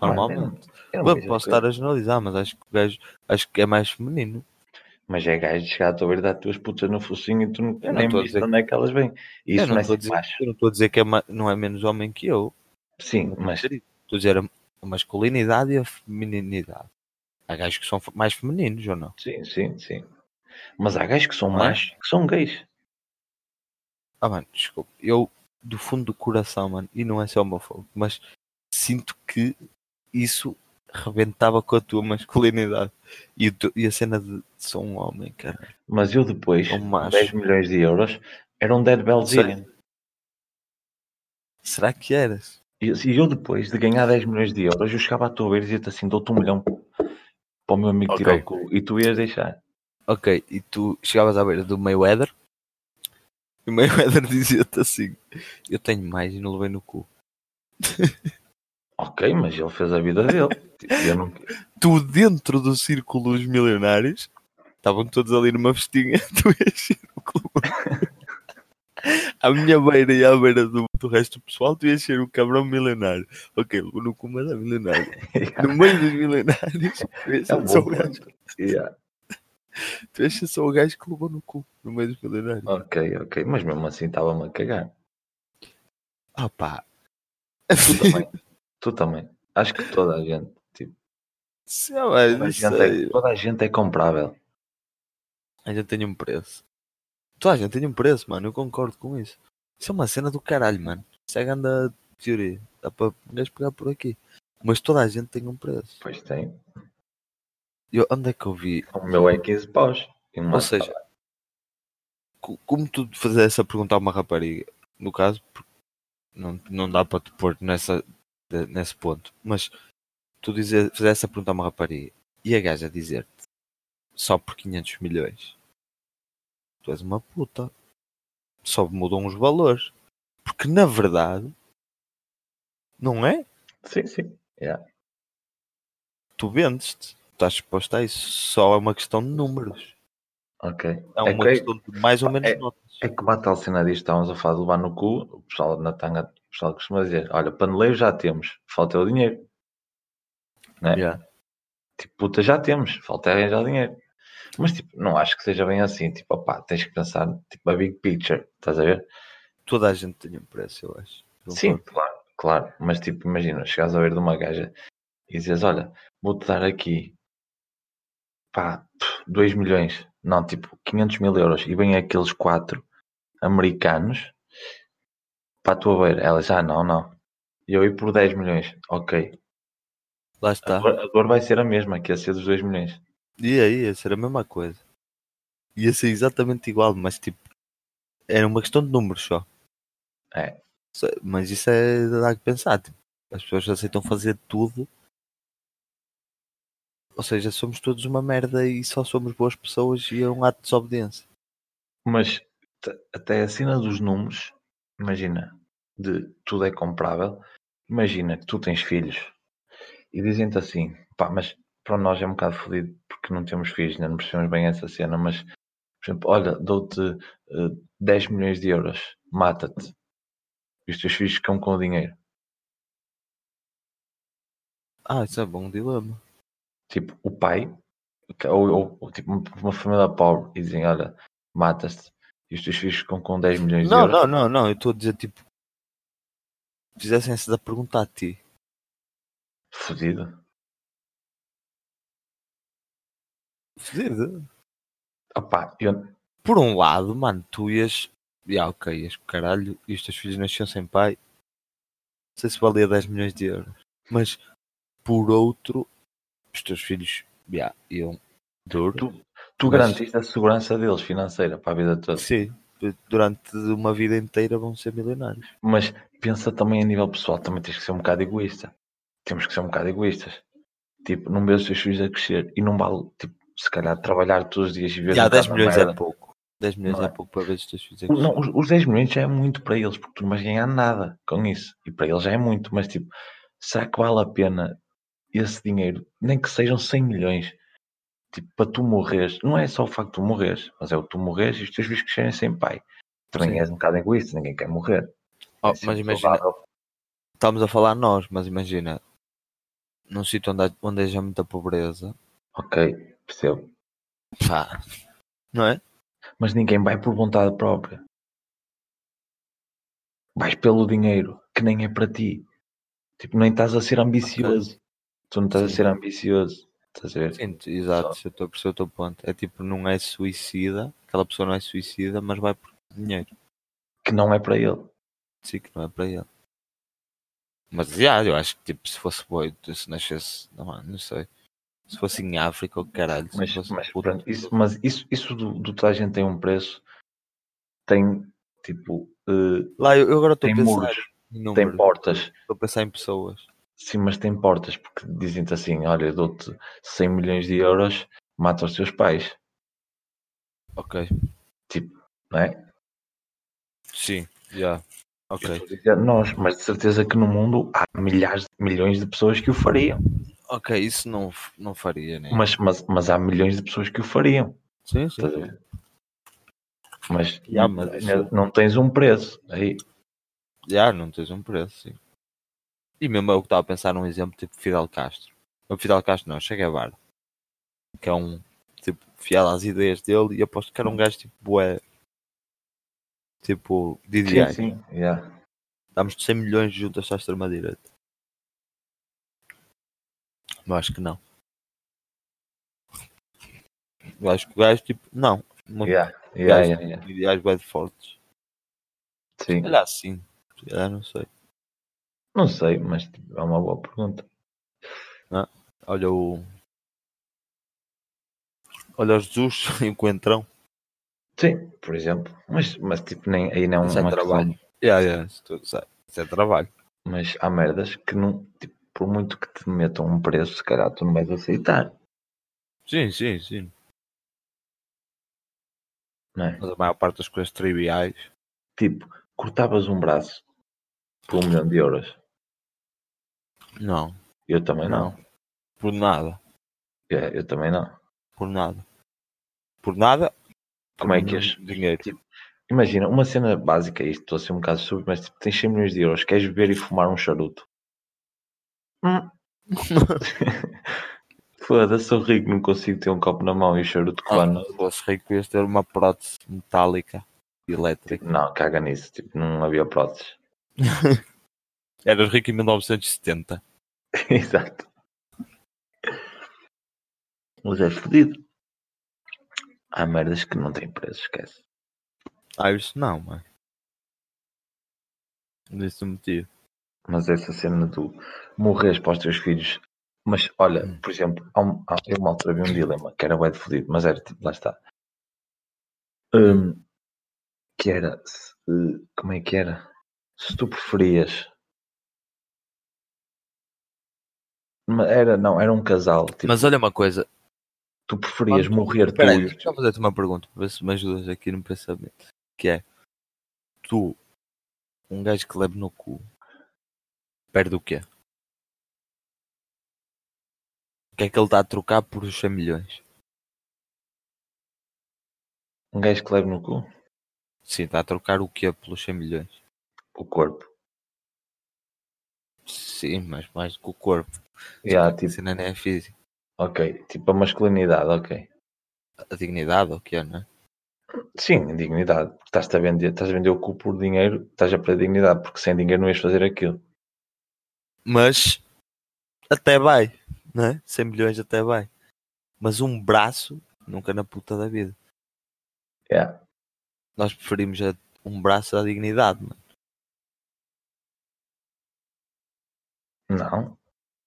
Speaker 3: Mano,
Speaker 1: Normalmente.
Speaker 3: eu não
Speaker 1: Bom,
Speaker 3: vejo
Speaker 1: posso
Speaker 3: é a coisa.
Speaker 1: estar a generalizar, mas acho que o gajo acho que é mais feminino.
Speaker 3: Mas é gajo de chegar à tua beira dar tuas putas no focinho e tu não,
Speaker 1: Eu não
Speaker 3: nem
Speaker 1: estou a
Speaker 3: viste
Speaker 1: dizer
Speaker 3: onde é que elas vêm.
Speaker 1: Eu
Speaker 3: E Isso não,
Speaker 1: não
Speaker 3: é
Speaker 1: estou a
Speaker 3: ser
Speaker 1: dizer-
Speaker 3: macho.
Speaker 1: eu não estou a dizer que é ma- não é menos homem que eu.
Speaker 3: Sim, mas
Speaker 1: Estou a dizer a a masculinidade e a femininidade. Há gajos que são fe- mais femininos ou não?
Speaker 3: sim, sim, sim. Mas há gajos que são
Speaker 1: Não é?
Speaker 3: machos que são gays.
Speaker 1: Ah, mano, desculpa. Eu, do fundo do coração, mano, e não é ser homofóbico, mas sinto que isso rebentava com a tua masculinidade e, o teu- e a cena de sou um homem, cara.
Speaker 3: Mas eu depois,
Speaker 1: Um macho.
Speaker 3: 10 milhões de euros, era um Dead
Speaker 1: Sei.
Speaker 3: Belzilian.
Speaker 1: Será que eras?
Speaker 3: E se eu depois de ganhar 10 milhões de euros, eu chegava à tua beira e dizia-te assim, dou-te um milhão para o meu amigo
Speaker 1: Ok.
Speaker 3: tirar o cu. E tu ias deixar.
Speaker 1: Ok, e tu chegavas à beira do Mayweather e o Mayweather [LAUGHS] dizia-te assim: Eu tenho mais e não levei no cu.
Speaker 3: Ok, mas ele fez a vida dele. Eu
Speaker 1: [LAUGHS]
Speaker 3: não-
Speaker 1: tu dentro do círculo dos milionários, estavam todos ali numa festinha, [LAUGHS] tu ias ser o clube. À minha beira e à beira do, do resto do pessoal, tu ias ser o cabrão milionário. Ok, o no cu, mas é
Speaker 3: [LAUGHS]
Speaker 1: milionário. No meio dos milionários, tu ias
Speaker 3: É
Speaker 1: ser
Speaker 3: um
Speaker 1: só
Speaker 3: bom
Speaker 1: o gajo.
Speaker 3: ponto. Yeah.
Speaker 1: tu és só o gajo que levou no cu no meio dos milionários.
Speaker 3: Ok, ok, mas mesmo assim estava-me a cagar.
Speaker 1: Ah pá. [LAUGHS]
Speaker 3: Tu também. tu também. Acho que toda a gente. Tipo,
Speaker 1: Sei lá,
Speaker 3: toda,
Speaker 1: não
Speaker 3: a gente é,
Speaker 1: sei.
Speaker 3: toda a gente é comprável.
Speaker 1: A gente tem um preço. Toda a gente tem um preço, mano. Eu concordo com isso. Isso é uma cena do caralho, mano. Isso é grande teoria. Dá para um gajo pegar por aqui. Mas toda a gente tem um preço.
Speaker 3: Pois tem.
Speaker 1: Eu, onde é que eu vi?
Speaker 3: O meu é 15 paus. E uma-
Speaker 1: Ou seja, co- como tu fazer essa pergunta a uma rapariga? No caso, porque não, não dá para te pôr nessa, de- nesse ponto. Mas tu dizer, fazer essa pergunta a uma rapariga e a gaja dizer-te só por 500 milhões. Tu és uma puta. Só mudam os valores. Porque na verdade, não é?
Speaker 3: Sim, sim. Yeah.
Speaker 1: Tu vendes-te. Tu Estás exposto a isso. Só é uma questão de números.
Speaker 3: Ok.
Speaker 1: É
Speaker 3: É
Speaker 1: uma
Speaker 3: que-
Speaker 1: questão de mais ou menos
Speaker 3: é-
Speaker 1: notas.
Speaker 3: É que bate a cena disto, estávamos a falar do bar no cu, o pessoal na tanga, o pessoal costuma dizer, olha, paneleiro já temos, falta é o dinheiro. Né?
Speaker 1: Yeah.
Speaker 3: Tipo, puta, já temos, falta é arranjar o dinheiro. Mas, tipo, não acho que seja bem assim, tipo, opá, tens que pensar, tipo, a big picture, estás a ver?
Speaker 1: Toda a gente tem um preço, eu acho.
Speaker 3: Sim, claro, claro, mas, tipo, imagina, chegares a ver de uma gaja e dizes, olha, vou-te dar aqui, pá, 2 milhões, não, tipo, 500 mil euros, e vêm aqueles quatro americanos para a tua beira. Ela já, ah, não, não. E eu ir por 10 milhões, ok.
Speaker 1: Lá
Speaker 3: A
Speaker 1: está.
Speaker 3: dor, a dor vai ser a mesma, que ia ser dos 2 milhões.
Speaker 1: Ia, ia ser a mesma coisa. Ia ser exatamente igual, mas tipo, era uma questão de números só.
Speaker 3: É.
Speaker 1: Só- Mas isso é dá que pensar. Tipo, as pessoas aceitam fazer tudo. Ou seja, somos todos uma merda e só somos boas pessoas e é um ato de desobediência.
Speaker 3: Mas t- até a cena dos números, imagina, de tudo é comprável. Imagina que tu tens filhos e dizem-te assim, pá, mas para nós é um bocado fodido porque não temos filhos, ainda não percebemos bem essa cena, mas, por exemplo, olha, dou-te eh, 10 milhões de euros, mata-te. E os teus filhos ficam com o dinheiro.
Speaker 1: Ah, isso é bom dilema.
Speaker 3: tipo, o pai, que- ou, ou- ou, tipo, uma- uma família pobre, e dizem, olha, matas-te, e os teus filhos ficam com 10 milhões
Speaker 1: Não,
Speaker 3: de euros.
Speaker 1: não, não, não. Eu estou a dizer tipo. Fizessem essa da pergunta a ti.
Speaker 3: Fudido.
Speaker 1: Fodido.
Speaker 3: Opá, eu,
Speaker 1: por um lado, mano, tu ias. Ya, ok, ias pro caralho e os teus filhos nasciam sem pai. Não sei se valia 10 milhões de euros. Mas, por outro, os teus filhos, ya, iam duro.
Speaker 3: tu, tu
Speaker 1: Mas-
Speaker 3: garantiste a segurança deles financeira para a vida toda.
Speaker 1: Sim, durante uma vida inteira vão ser milionários.
Speaker 3: Mas pensa também a nível pessoal, também tens que ser um bocado egoísta. Temos que ser um bocado egoístas. Tipo, não vês os teus filhos a crescer e não vale, tipo, se calhar trabalhar todos os dias e ver
Speaker 1: Ya,
Speaker 3: um
Speaker 1: 10
Speaker 3: bocado na
Speaker 1: milhões é
Speaker 3: merda.
Speaker 1: pouco. 10 milhões
Speaker 3: Não
Speaker 1: é
Speaker 3: é?
Speaker 1: pouco para ver os teus filhos aqui.
Speaker 3: Não, os, os 10 milhões já é muito para eles, porque tu não vais ganhar nada com isso. E para eles já é muito, mas tipo, será que vale a pena esse dinheiro, nem que sejam 100 milhões, tipo, para tu morreres? Não é só o facto de tu morreres, mas é o tu morreres e os teus filhos crescerem sem pai. Também
Speaker 1: Sim.
Speaker 3: és um bocado egoísta, ninguém quer morrer.
Speaker 1: Oh,
Speaker 3: É
Speaker 1: mas
Speaker 3: sempre
Speaker 1: imagina,
Speaker 3: saudável.
Speaker 1: estamos a falar nós, mas imagina, num sítio onde, há- onde haja muita pobreza,
Speaker 3: Ok, percebo.
Speaker 1: pá, não é?
Speaker 3: Mas ninguém vai por vontade própria. Vais pelo dinheiro, que nem é para ti. Tipo, nem estás a ser ambicioso. Tu não estás a
Speaker 1: Sim.
Speaker 3: ser ambicioso. Estás a ver?
Speaker 1: Sim, t- exato, se eu estou a perceber o teu ponto. É tipo, não é suicida, aquela pessoa não é suicida, mas vai por dinheiro.
Speaker 3: que não é para ele.
Speaker 1: Sim, que não é para ele. Mas já, eu acho que tipo, se fosse boi, se nascesse, não, ah, não sei. Se fosse em África, o caralho, se
Speaker 3: Mas,
Speaker 1: fosse
Speaker 3: mas,
Speaker 1: puta,
Speaker 3: pronto, isso, mas isso, isso do, do toda a gente tem um preço, tem tipo, eh,
Speaker 1: Lá eu, eu agora estou a
Speaker 3: tem
Speaker 1: pensar
Speaker 3: muros,
Speaker 1: em números,
Speaker 3: tem portas.
Speaker 1: estou a pensar em pessoas.
Speaker 3: Sim, mas tem portas, porque dizem-te assim: olha, eu dou-te 100 milhões de euros, mata os teus pais,
Speaker 1: Ok.
Speaker 3: não é?
Speaker 1: Sim, já.
Speaker 3: Eu
Speaker 1: Ok.
Speaker 3: estou a dizer nós, mas de certeza que no mundo há milhares, milhões de pessoas que o fariam,
Speaker 1: Ok, isso não, f- não faria, né?
Speaker 3: mas, mas, mas há milhões de pessoas que o fariam,
Speaker 1: Sim,
Speaker 3: estás a
Speaker 1: sim.
Speaker 3: ver? Mas,
Speaker 1: Ya, mas
Speaker 3: não,
Speaker 1: isso-
Speaker 3: não tens um preço aí.
Speaker 1: Já, não tens um preço, sim. E mesmo eu que estava a pensar num exemplo tipo Fidel Castro. O Fidel Castro não, Che Guevara. Que é um, tipo, fiado às ideias dele e aposto que era um gajo tipo bué. Tipo, DDI.
Speaker 3: Sim, sim. Yeah.
Speaker 1: Damos-te 100 milhões juntas à extrema direita. Eu acho que não. Eu acho que o gajo tipo, não. Uma
Speaker 3: Yeah. Yeah,
Speaker 1: gajo
Speaker 3: yeah,
Speaker 1: com
Speaker 3: yeah.
Speaker 1: ideais bué de fortes.
Speaker 3: Sim.
Speaker 1: Olha assim, se calhar não sei.
Speaker 3: Não sei, mas tipo, é uma boa pergunta.
Speaker 1: Olha o. Olha o Jesus [LAUGHS] e o Coentrão.
Speaker 3: Sim, por exemplo. Mas, mas tipo, nem, aí não é
Speaker 1: Isso é
Speaker 3: uma
Speaker 1: trabalho.
Speaker 3: questão.
Speaker 1: Yeah, yeah, isso tudo sai. Isso é trabalho.
Speaker 3: Mas há merdas que não, tipo, por muito que te metam um preço, se calhar tu não vais aceitar.
Speaker 1: Sim, sim, sim.
Speaker 3: Não é?
Speaker 1: Mas a maior parte das coisas triviais.
Speaker 3: Tipo, cortavas um braço por um milhão de euros.
Speaker 1: Não,
Speaker 3: Eu também não.
Speaker 1: não. Por nada.
Speaker 3: É, eu também não.
Speaker 1: Por nada. Por nada.
Speaker 3: Como é que
Speaker 1: por
Speaker 3: és?
Speaker 1: Dinheiro.
Speaker 3: Tipo, Imagina, uma cena básica, isto estou a ser um bocado sub, mas tipo, tens 100 milhões de euros, queres beber e fumar um charuto? Hum. [LAUGHS] Foda-se, sou rico, não consigo ter um copo na mão e o charuto que
Speaker 1: Ah,
Speaker 3: lá no-
Speaker 1: se fosse rico, ias ter uma prótese metálica e elétrica.
Speaker 3: Tipo, não, caga nisso, tipo, não havia próteses. [LAUGHS]
Speaker 1: Eras rico em 1970.
Speaker 3: Exato. Mas é fodido. Há merdas que não têm preço, esquece.
Speaker 1: Ah, isso não, mano. Desse motivo.
Speaker 3: Mas essa cena do morreres para os teus filhos. Mas olha, por exemplo, há um- há- eu mal havia um dilema que era bué de fodido, mas era tipo, lá está. Hum, que era, se- eh, como é que era? Se tu preferias. Ma- Era, não, era um casal. Tipo,
Speaker 1: Mas olha uma coisa,
Speaker 3: tu preferias
Speaker 1: Quando-
Speaker 3: morrer tu
Speaker 1: Peraí,
Speaker 3: e os
Speaker 1: deixa eu fazer-te uma pergunta, para ver se me ajudas aqui no pensamento. Que é, tu, um gajo que leva no cu, perde o quê? O que é que ele está a trocar por os 100 milhões?
Speaker 3: Um gajo que leva no cu?
Speaker 1: Sim, está a trocar o quê pelos 100 milhões?
Speaker 3: O corpo.
Speaker 1: Sim, mas mais do que o corpo.
Speaker 3: E há,
Speaker 1: a
Speaker 3: tipo,
Speaker 1: cena não é física.
Speaker 3: ok, tipo a masculinidade, ok.
Speaker 1: A dignidade, ou o que é, não é?
Speaker 3: Sim, dignidade. porque Estás-te a vender, estás a vender o cu por dinheiro, estás a perder dignidade, porque sem dinheiro não ias fazer aquilo.
Speaker 1: Mas, até vai, não é? 100 milhões até vai. Mas um braço, nunca na puta da vida.
Speaker 3: Yeah.
Speaker 1: nós preferimos a- um braço à dignidade, mano.
Speaker 3: Não.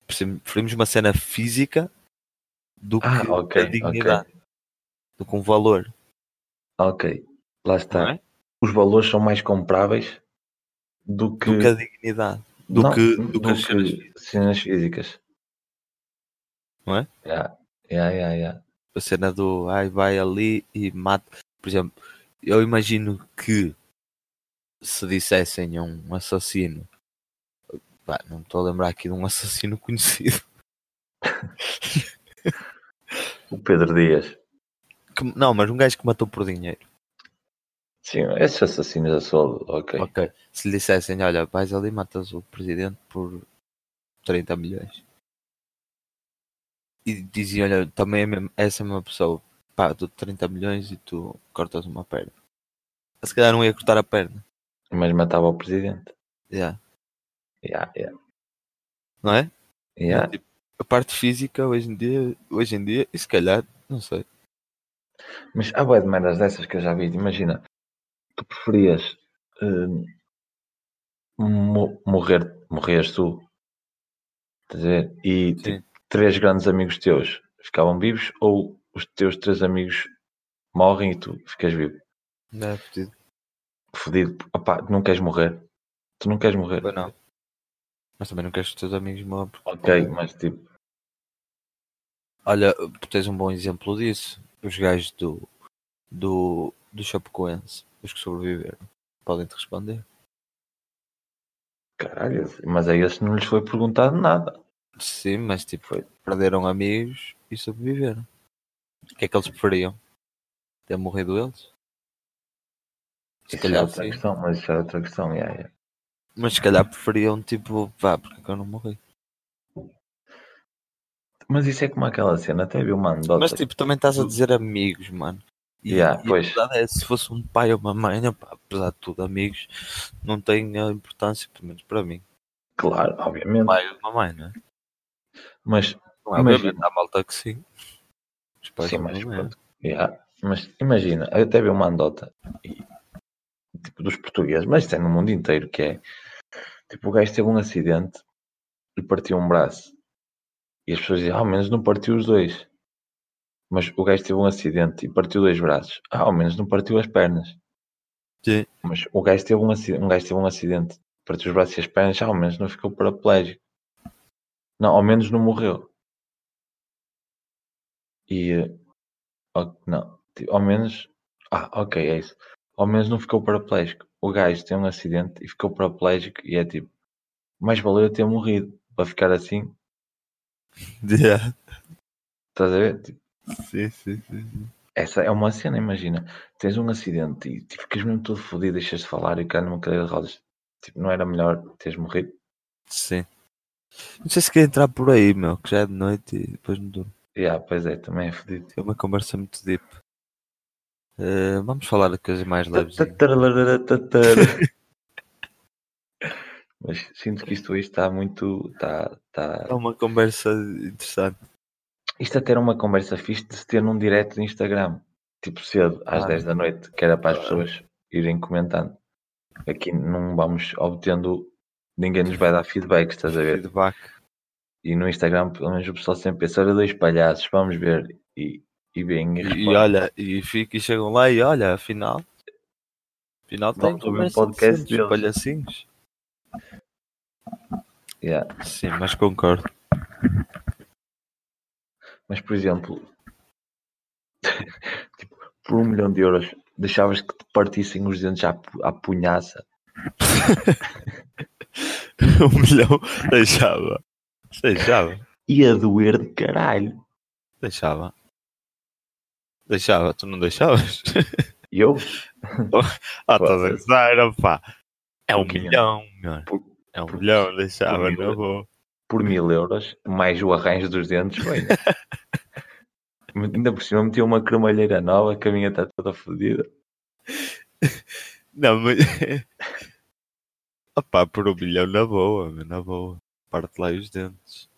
Speaker 1: Preferim- Preferimos uma cena física do que
Speaker 3: Ah, ok,
Speaker 1: a dignidade, do que um valor,
Speaker 3: Ok.
Speaker 1: não
Speaker 3: Lá está.
Speaker 1: é?
Speaker 3: Os valores são mais compráveis do que.
Speaker 1: do que a dignidade, do
Speaker 3: Não,
Speaker 1: que, do que as
Speaker 3: que
Speaker 1: cenas
Speaker 3: cenas físicas.
Speaker 1: Não é?
Speaker 3: Yeah. Yeah, yeah, yeah.
Speaker 1: a cena do ai vai ali e mata. Por exemplo, eu imagino que se dissessem a um assassino, pá, não me estou a lembrar aqui de um [LAUGHS] assassino conhecido,
Speaker 3: O Pedro Dias.
Speaker 1: que- não, mas um gajo que matou por dinheiro.
Speaker 3: Sim, esses assassinos a soldo, ok.
Speaker 1: Ok. Se lhe dissessem, olha, vais ali e matas o presidente por 30 milhões. E diziam, olha, também é mesmo, essa mesma pessoa, pá, dou 30 milhões e tu cortas uma perna. Se calhar não ia cortar a perna.
Speaker 3: Mas matava o presidente. É,
Speaker 1: Yeah.
Speaker 3: Yeah, yeah.
Speaker 1: Não é?
Speaker 3: Yeah.
Speaker 1: Tipo, a parte física hoje em dia, hoje em dia, e se calhar, não sei.
Speaker 3: Mas há bué de merdas dessas que eu já vi. Imagina, tu preferias hum, mo- morrer, morreres tu, estás a ver?
Speaker 1: Sim.
Speaker 3: E tipo, três grandes amigos teus ficavam vivos ou os teus três amigos morrem e tu ficas vivo?
Speaker 1: Não é fodido.
Speaker 3: Fodido. Opá, tu não queres morrer. Tu não queres morrer.
Speaker 1: Mas não. Mas também não queres que os teus amigos morram. porque-
Speaker 3: Ok, mas tipo,
Speaker 1: Olha, tu tens um bom exemplo disso. Os gajos do, do, do Chapecoense, os que sobreviveram, podem te responder.
Speaker 3: caralho, mas a esses não lhes foi perguntado nada.
Speaker 1: Sim, mas tipo,
Speaker 3: Foi.
Speaker 1: perderam amigos e sobreviveram. O que é que eles preferiam? Ter morrido eles? Se
Speaker 3: Isso é
Speaker 1: calhar
Speaker 3: outra
Speaker 1: sim.
Speaker 3: questão, mas isso é outra questão. Yeah, yeah.
Speaker 1: Mas se calhar preferiam, tipo, vá, porque é que eu não morri?
Speaker 3: Mas isso é como aquela cena, até vi uma anedota.
Speaker 1: Mas tipo, também estás a dizer amigos, mano. E,
Speaker 3: Yeah,
Speaker 1: e
Speaker 3: pois.
Speaker 1: a verdade é, se fosse um pai ou uma mãe, opá, apesar de tudo, amigos, não tem a importância, pelo menos para mim.
Speaker 3: Claro, obviamente.
Speaker 1: Pai ou uma mãe, não é?
Speaker 3: Mas,
Speaker 1: Não é
Speaker 3: Imagina.
Speaker 1: obviamente, há malta que sim. Os pais
Speaker 3: sim,
Speaker 1: não
Speaker 3: mas,
Speaker 1: é.
Speaker 3: pronto, yeah. mas imagina, eu até vi uma anedota e, tipo, dos portugueses, mas isto é no mundo inteiro, que é tipo, o gajo teve um acidente e partiu um braço. E as pessoas dizem, "Ah, ao menos não partiu os dois. Mas o gajo teve um acidente e partiu dois braços. Ah, ao menos não partiu as pernas.
Speaker 1: Sim.
Speaker 3: Mas o gajo teve um acidente, um gajo teve um acidente, partiu os braços e as pernas, ah, ao menos não ficou paraplégico. Não, ao menos não morreu. E. eh, ó- Não, ti- ao menos. Ah, ok, é isso. Ao menos não ficou paraplégico. O gajo tem um acidente e ficou paraplégico e é tipo. Mais valeu eu ter morrido para ficar assim.
Speaker 1: [LAUGHS] Yeah.
Speaker 3: Estás a ver? Tipo,
Speaker 1: Sim, sim, sim. sim.
Speaker 3: essa é uma cena, imagina. Tens um acidente e tipo, ficas mesmo todo fodido, deixas de falar e cai numa cadeira de rodas. Tipo, não era melhor teres morrido?
Speaker 1: Sim. Não sei se quer entrar por aí, meu, que já é de noite e depois não durmo.
Speaker 3: E ah, pois é, também é fodido.
Speaker 1: É uma conversa muito deep. Eh, vamos falar de coisas mais leves.
Speaker 3: [LAUGHS] Mas sinto que isto hoje está muito. Está, está...
Speaker 1: É uma conversa interessante.
Speaker 3: Isto até era uma conversa fixe de se ter num direto de Instagram, tipo cedo, às
Speaker 1: Ah.
Speaker 3: 10 da noite, que era para as
Speaker 1: Ah.
Speaker 3: pessoas irem comentando. Aqui não vamos obtendo, ninguém nos vai dar feedback,
Speaker 1: é
Speaker 3: estás a ver?
Speaker 1: Feedback.
Speaker 3: E no Instagram, pelo menos o pessoal sempre pensa: olha, dois palhaços, vamos ver. E, e bem, e
Speaker 1: E,
Speaker 3: responde.
Speaker 1: olha, e, fica, e chegam lá e olha, afinal. Afinal tem
Speaker 3: Vamos ouvir um
Speaker 1: conversa
Speaker 3: podcast
Speaker 1: decente,
Speaker 3: deles.
Speaker 1: palhacinhos.
Speaker 3: Yeah.
Speaker 1: Sim, mas concordo. [LAUGHS]
Speaker 3: Mas, por exemplo, [LAUGHS] tipo, por um milhão de euros, deixavas que te partissem os dentes à, pu- à punhaça.
Speaker 1: um milhão deixava. Deixava.
Speaker 3: Ia doer de caralho.
Speaker 1: Deixava. Deixava, tu não deixavas? [LAUGHS]
Speaker 3: E eu,
Speaker 1: Ah, estás a
Speaker 3: Foda-se.
Speaker 1: gozar, opá. É um
Speaker 3: Quinhentos.
Speaker 1: milhão, meu.
Speaker 3: Por-
Speaker 1: É um
Speaker 3: por-
Speaker 1: milhão, deixava,
Speaker 3: mil,
Speaker 1: não
Speaker 3: né?
Speaker 1: vou.
Speaker 3: por mil euros, mais o arranjo dos dentes,
Speaker 1: [LAUGHS]
Speaker 3: bem. Ainda por cima meti uma cremalheira nova, que a minha está toda fodida.
Speaker 1: Não, mas. [LAUGHS] opá, por um milhão, na boa, meu, na boa. Parte lá os dentes.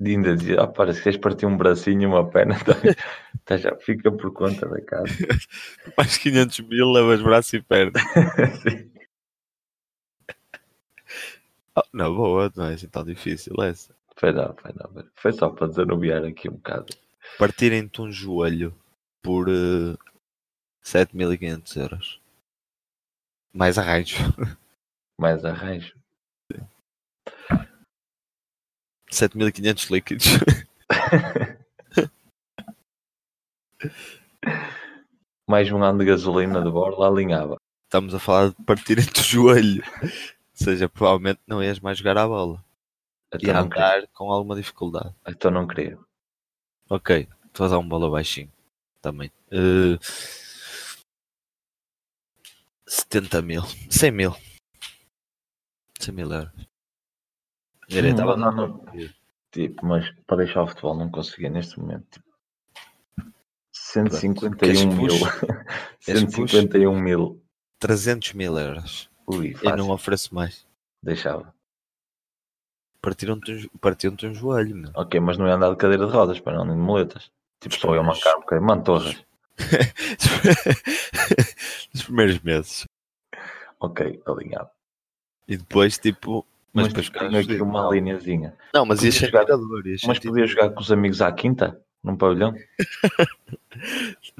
Speaker 3: E ainda dizia, ah, para, se queres partir um bracinho e uma perna, tá,
Speaker 1: [LAUGHS]
Speaker 3: tá, já fica por conta da casa.
Speaker 1: Mais 500 mil, levas braço e perna.
Speaker 3: Sim.
Speaker 1: Oh, na boa, não é assim tão difícil essa.
Speaker 3: Foi não, foi não. foi- Foi só para desanuviar aqui um bocado.
Speaker 1: Partirem-te um joelho por eh, 7.500 euros. Mais arranjo. [LAUGHS]
Speaker 3: Mais arranjo.
Speaker 1: 7.500 líquidos. [LAUGHS]
Speaker 3: mais um ano de gasolina de borla alinhava.
Speaker 1: Estamos a falar de partirem-te o joelho. Ou seja, provavelmente não ias mais jogar à bola. E
Speaker 3: Então,
Speaker 1: a
Speaker 3: não queria.
Speaker 1: andar com alguma dificuldade.
Speaker 3: então não queria.
Speaker 1: Ok, tu vais a um bola baixinho também. Eh, 70 mil, 100 mil, 100 mil euros. Era,
Speaker 3: Sim,
Speaker 1: estava
Speaker 3: não, não, Tipo, mas para deixar o futebol não conseguia neste momento. Tipo, 151
Speaker 1: Queres
Speaker 3: mil.
Speaker 1: push?
Speaker 3: [LAUGHS]
Speaker 1: Queres push?
Speaker 3: 151 mil.
Speaker 1: 300 mil euros.
Speaker 3: Ui,
Speaker 1: Eu
Speaker 3: fácil.
Speaker 1: não ofereço mais.
Speaker 3: Deixava.
Speaker 1: Partiram-te um, jo- partiram-te um joelho,
Speaker 3: [LAUGHS]
Speaker 1: meu.
Speaker 3: Ok, mas não ia andar de cadeira de rodas, para não, nem de moletas. Tipo, só eu
Speaker 1: Mas-
Speaker 3: mancar um bocadinho. Mantorras.
Speaker 1: Nos primeiros meses.
Speaker 3: Ok, alinhado.
Speaker 1: E depois, tipo. Mas,
Speaker 3: Mas,
Speaker 1: depois
Speaker 3: tenho
Speaker 1: ficavas
Speaker 3: aqui
Speaker 1: fudido.
Speaker 3: uma linhazinha.
Speaker 1: Não, mas ias
Speaker 3: Podia
Speaker 1: ser
Speaker 3: jogar-
Speaker 1: jogador. é tipo, Ias
Speaker 3: Mas
Speaker 1: sentir-
Speaker 3: podia jogar com os amigos à quinta? Num
Speaker 1: [LAUGHS]
Speaker 3: pavilhão?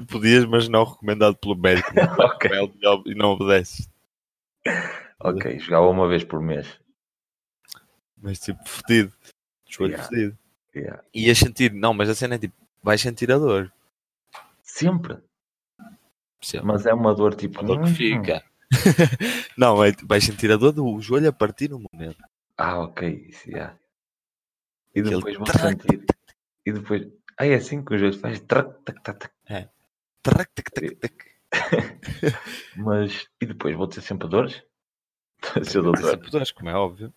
Speaker 1: Podias, mas não recomendado pelo médico.
Speaker 3: ok,
Speaker 1: É o melhor e não obedeces.
Speaker 3: ok. Jogava uma vez por mês.
Speaker 1: Mas tipo, fedido. Joelho
Speaker 3: Yeah.
Speaker 1: fedido.
Speaker 3: Yeah.
Speaker 1: E ias sentir. Não, mas a cena é tipo. Vais sentir a dor.
Speaker 3: Sempre.
Speaker 1: Percebe?
Speaker 3: Mas é uma dor tipo.
Speaker 1: A dor que
Speaker 3: "Hum".
Speaker 1: fica. [LAUGHS] não, é, vais sentir a dor do joelho a partir no momento.
Speaker 3: Ah, ok, isso já. E
Speaker 1: Aquele
Speaker 3: depois vão
Speaker 1: trac,
Speaker 3: sentir. E depois. Ah, é assim que o joelho faz. Trac, tac, tac, tac.
Speaker 1: Trac, tac, tac, tac.
Speaker 3: Mas. E depois vou ter sempre dores?
Speaker 1: Vai
Speaker 3: [LAUGHS] Seu
Speaker 1: ter
Speaker 3: doutor.
Speaker 1: sempre dores, como é óbvio.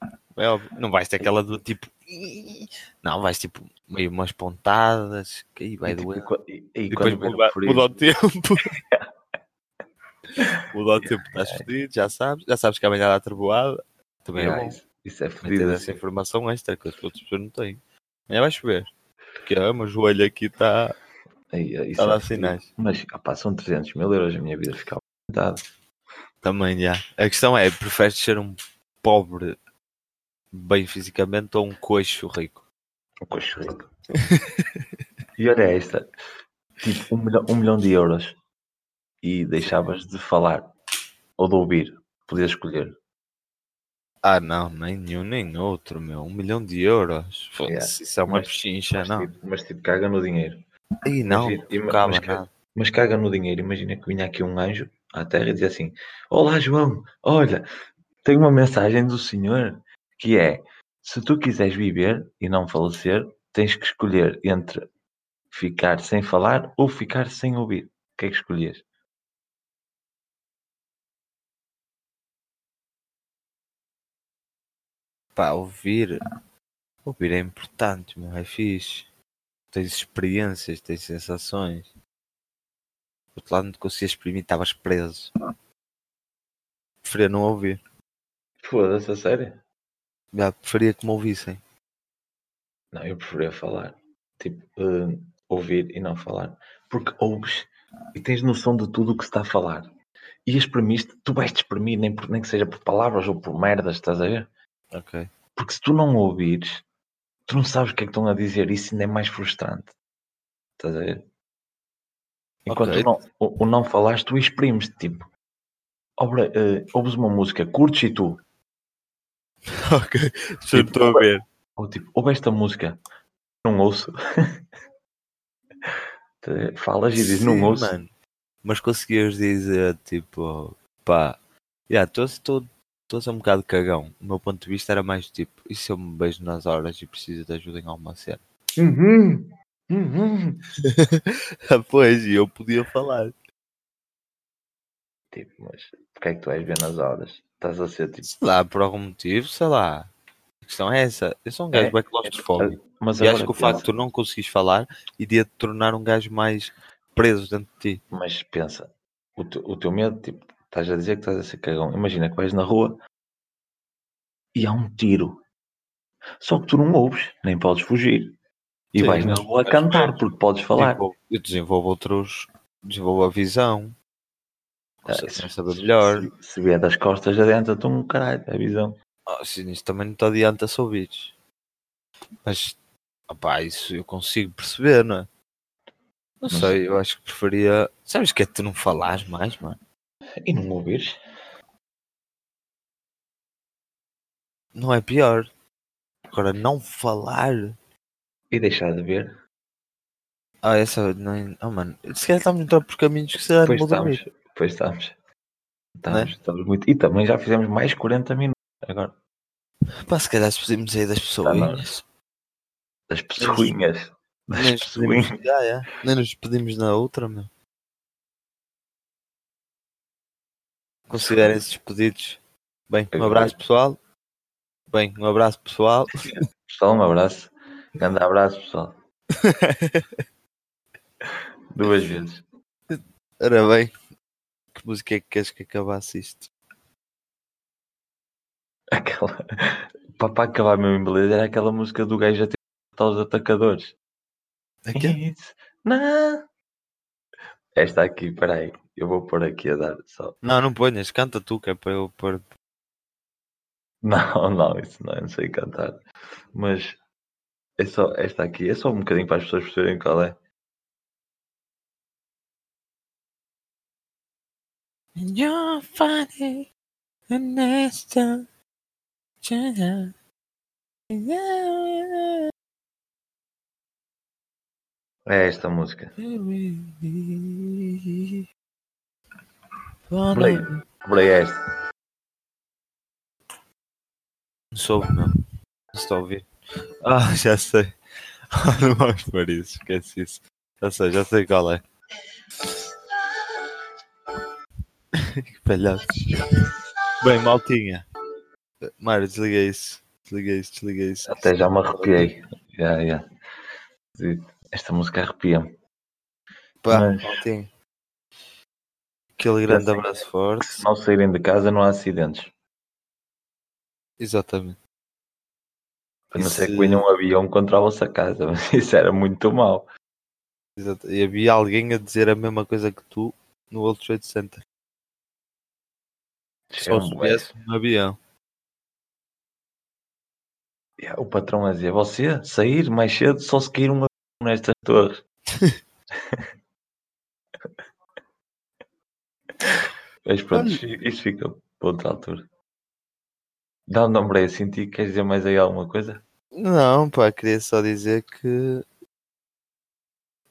Speaker 1: Como É óbvio. Não vais ter aquela dor tipo. Não, vais tipo meio umas pontadas, que aí vai
Speaker 3: e, tipo,
Speaker 1: doer.
Speaker 3: e qua- e, e
Speaker 1: Depois
Speaker 3: quando
Speaker 1: muda,
Speaker 3: muda, por
Speaker 1: muda o
Speaker 3: isso,
Speaker 1: [LAUGHS] tempo. muda o tempo, estás fedido, já sabes. Já sabes que amanhã dá trovoada. Também assim. é
Speaker 3: ah,
Speaker 1: bom.
Speaker 3: isso, isso é
Speaker 1: Meter
Speaker 3: fodido.
Speaker 1: essa informação extra que as outras pessoas não têm. Amanhã vai chover. Que é, meu joelho aqui está
Speaker 3: Aí, aí, isso
Speaker 1: tá a
Speaker 3: é
Speaker 1: dar
Speaker 3: fodido.
Speaker 1: sinais.
Speaker 3: Mas opá, são 300 mil euros, a minha vida ficava sentada.
Speaker 1: Também, já. A questão é, preferes ser um pobre bem fisicamente ou um coxo rico?
Speaker 3: Um coxo rico. e olha esta: tipo, um milhão, um milhão de euros e deixavas de falar ou de ouvir, podias escolher.
Speaker 1: Ah, não, nem nenhum nem outro, meu. Um milhão de euros. Foda-se,
Speaker 3: Yeah.
Speaker 1: isso é uma
Speaker 3: Mas-
Speaker 1: pechincha,
Speaker 3: mas,
Speaker 1: não.
Speaker 3: Tipo, mas tipo, caga no dinheiro.
Speaker 1: Ih, não,
Speaker 3: mas- tipo,
Speaker 1: não
Speaker 3: mas-
Speaker 1: cabe
Speaker 3: mas-
Speaker 1: nada.
Speaker 3: Mas caga no dinheiro. Imagina que vinha aqui um anjo à terra e dizia assim: Olá, João, olha, tenho uma mensagem do Senhor que é: se tu quiseres viver e não falecer, tens que escolher entre ficar sem falar ou ficar sem ouvir. O que é que escolhias?
Speaker 1: Pá, ouvir. Ouvir é importante, meu. É fixe. Tens experiências, tens sensações. Do outro lado, não te conseguias exprimir, estavas preso. Preferia não ouvir.
Speaker 3: Foda-se, a sério?
Speaker 1: Já, preferia que me ouvissem.
Speaker 3: Não, eu preferia falar. Tipo, eh, ouvir e não falar. Porque ouves e tens noção de tudo o que se está a falar. E exprimiste, tu vais te exprimir, nem, por- nem que seja por palavras ou por merdas, estás a ver?
Speaker 1: Ok.
Speaker 3: Porque se tu não ouvires, tu não sabes o que é que estão a dizer. Isso ainda é mais frustrante. Estás a ver? Enquanto
Speaker 1: Ok.
Speaker 3: tu não, o, o não falaste, tu exprimes-te. Tipo, obra, eh, ouves uma música, curtes e tu.
Speaker 1: [LAUGHS] Ok. Já
Speaker 3: Tipo,
Speaker 1: estou a ver.
Speaker 3: Ou tipo, ouve esta música, não ouço. [LAUGHS] Estás a ver? Falas e dizes, não
Speaker 1: Sim,
Speaker 3: ouço.
Speaker 1: mano. Mas conseguias dizer, tipo, pá, já, estou a um bocado cagão. O meu ponto de vista era mais tipo, e se eu me beijo nas horas e preciso de ajuda em alguma cena? [LAUGHS]
Speaker 3: Uhum, uhum.
Speaker 1: Ah, pois, e eu podia falar.
Speaker 3: Tipo, mas porque é que tu vais ver nas horas? Estás a ser tipo.
Speaker 1: Sei lá, por algum motivo, sei lá. A questão é essa. Eu sou um gajo
Speaker 3: É,
Speaker 1: bem claustrofóbico.
Speaker 3: Mas
Speaker 1: e acho que o
Speaker 3: pensa-
Speaker 1: facto de tu não conseguires falar iria te tornar um gajo mais preso dentro de ti.
Speaker 3: Mas pensa, o, teu- o teu medo, tipo, estás a dizer que estás a ser cagão. Imagina que vais na rua e há um tiro. Só que tu não ouves, nem podes fugir. E
Speaker 1: Sim,
Speaker 3: vais na
Speaker 1: mas- é
Speaker 3: rua a
Speaker 1: mas-
Speaker 3: cantar, porque podes falar.
Speaker 1: Desenvolvo- Tipo, eu desenvolvo outros. Desenvolvo a visão.
Speaker 3: Ah,
Speaker 1: Consigo
Speaker 3: se-
Speaker 1: saber melhor.
Speaker 3: Se, se vier das costas adianta-te um caralho, a visão.
Speaker 1: Ah, sim, isso também não te adianta se ouvires. Mas, opá, isso eu consigo perceber, não é? Não
Speaker 3: Mas-
Speaker 1: sei, eu acho que preferia. Sabes que é tu não falares mais, mano?
Speaker 3: E não ouvires?
Speaker 1: Não é pior. Agora, não falar.
Speaker 3: E deixar de ver.
Speaker 1: Ah, essa. Não... Oh, mano, se calhar estamos a entrar por caminhos que se calhar não
Speaker 3: Pois
Speaker 1: vou dormir. Né?
Speaker 3: estamos, pois estamos. Estamos, estamos muito. E também já fizemos mais 40 minutos agora.
Speaker 1: Pá, se calhar se podemos
Speaker 3: Tá
Speaker 1: sair das pessoas.
Speaker 3: Das pessoinhas. Das
Speaker 1: nem, nos
Speaker 3: pessoinhas.
Speaker 1: pedimos... já, já. nem nos pedimos na outra, meu. Considerem-se despedidos. Bem, um abraço pessoal. Bem, um abraço pessoal.
Speaker 3: Pessoal, um abraço. Grande abraço, pessoal. Duas vezes.
Speaker 1: Ora bem, que música é que queres que acabasse isto?
Speaker 3: Aquela... Para, para acabar meu inglês, era aquela música do gajo a ter aos atacadores.
Speaker 1: Aqui?
Speaker 3: It's na- Esta aqui, peraí. Eu vou pôr aqui a dar só. [LAUGHS]
Speaker 1: Não, não ponhas, canta tu, que é para eu pôr.
Speaker 3: Não, não, isso não, eu não sei cantar. Mas é só esta aqui. É só um bocadinho para as pessoas perceberem qual é.
Speaker 2: You're funny and nasty. Yeah. Yeah.
Speaker 3: É esta música. Cobrei.
Speaker 2: Wanna
Speaker 3: Cobrei esta.
Speaker 1: Não soube, não. Não estou a ouvir. Ah, [LAUGHS] já sei. não vamos pôr isso, esquece isso. Já sei, já sei qual é. [LAUGHS] que palhaço. Bem, maltinha. Mário, desliga isso. desliguei-se, desliguei-se.
Speaker 3: Até já me arrepiei. Já, já. Esta música arrepia-me.
Speaker 1: Pá,
Speaker 3: Mas-
Speaker 1: Martim. Aquele grande abraço forte.
Speaker 3: Se não saírem de casa, não há acidentes.
Speaker 1: Exatamente.
Speaker 3: A não ser
Speaker 1: Isso-
Speaker 3: que venha um avião contra a vossa casa, [LAUGHS] mas isso era muito mau.
Speaker 1: Exato. E havia alguém a dizer a mesma coisa que tu no World Trade Center. Só
Speaker 3: Chega-me bué.
Speaker 1: soubesse um avião.
Speaker 3: Yeah, É, O patrão a dizer, você sair mais cedo só se cair um avião nestas torres. Mas pronto,
Speaker 1: Olha.
Speaker 3: fi- isso fica para outra altura. Dá um nome a senti, queres dizer mais aí alguma coisa?
Speaker 1: Não, pá, queria só dizer que.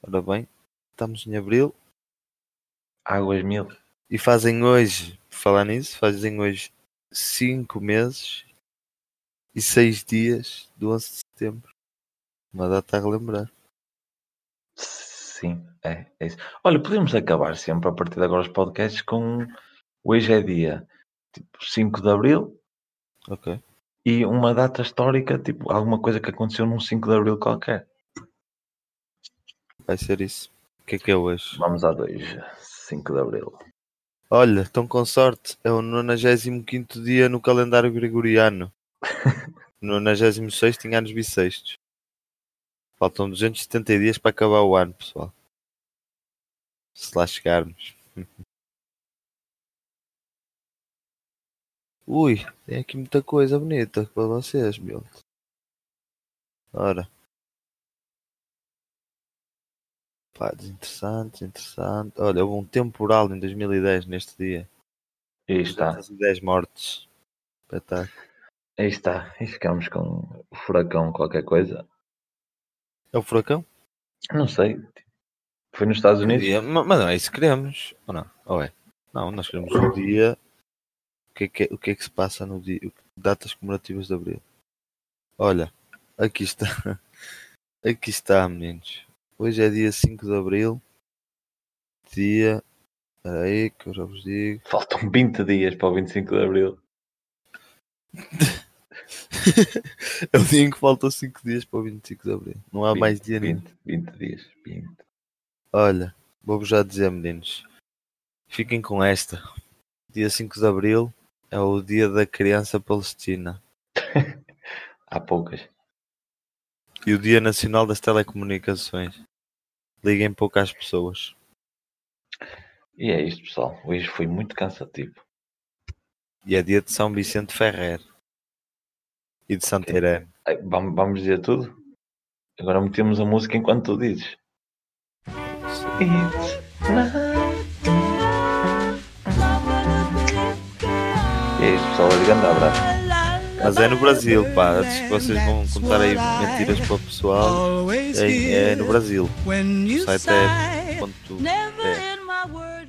Speaker 1: Ora bem, estamos em abril
Speaker 3: Águas mil.
Speaker 1: e fazem hoje, por falar nisso, fazem hoje 5 meses e 6 dias do 11 de setembro. Uma data a relembrar.
Speaker 3: Sim, é, é isso. Olha, podemos acabar sempre a partir de agora os podcasts com hoje é dia tipo 5 de Abril
Speaker 1: Ok.
Speaker 3: e uma data histórica, tipo alguma coisa que aconteceu num 5 de Abril qualquer.
Speaker 1: Vai ser isso. O que é que é hoje?
Speaker 3: Vamos a dois, 5 de Abril.
Speaker 1: Olha, estão com sorte, é o 95 dia no calendário gregoriano. 96 em anos bissextos. Faltam 270 dias para acabar o ano, pessoal. Se lá chegarmos. [LAUGHS] Ui, tem aqui muita coisa bonita para vocês, meu. Ora. Pá, desinteressante, desinteressante. Olha, houve um temporal em 2010 neste dia.
Speaker 3: Aí está,
Speaker 1: 10 mortes. Espetáculo.
Speaker 3: aí está. E ficamos com o furacão qualquer coisa.
Speaker 1: É o furacão?
Speaker 3: Não sei. tipo, Foi nos Estados Unidos?
Speaker 1: Dia- ma- Mas não é isso que queremos. Ou não? Ou é? Não, nós queremos um dia. O que é que, é- o que, é que se passa no dia? o que- Datas comemorativas de Abril. Olha, aqui está. [LAUGHS] Aqui está, meninos. Hoje é dia 5 de Abril. Dia. Espera aí, que eu já vos digo. [LAUGHS]
Speaker 3: Faltam 20 dias para o 25 de Abril.
Speaker 1: É o dia em que faltam 5 dias para o 25 de Abril. Não há mais dia nenhum.
Speaker 3: 20, 20 dias. 20.
Speaker 1: Olha, vou-vos já dizer, meninos. Fiquem com esta. Dia 5 de Abril é o dia da criança palestina
Speaker 3: Há poucas.
Speaker 1: e o Dia Nacional das Telecomunicações. Liguem pouco às pessoas.
Speaker 3: E é isto, pessoal. Hoje foi muito cansativo.
Speaker 1: E é dia de São Vicente Ferrer e de Santarém.
Speaker 3: Ai, Vamos, vamos dizer tudo? Agora metemos a música enquanto tu dizes. It's night. E é isso, pessoal. Olha, grande abraço.
Speaker 1: Mas é no Brasil, pá. Antes que vocês vão contar aí mentiras para o pessoal,
Speaker 2: Always
Speaker 1: é, é no Brasil.
Speaker 2: When you
Speaker 1: O site é ponto-
Speaker 4: Never
Speaker 1: É.
Speaker 4: in my world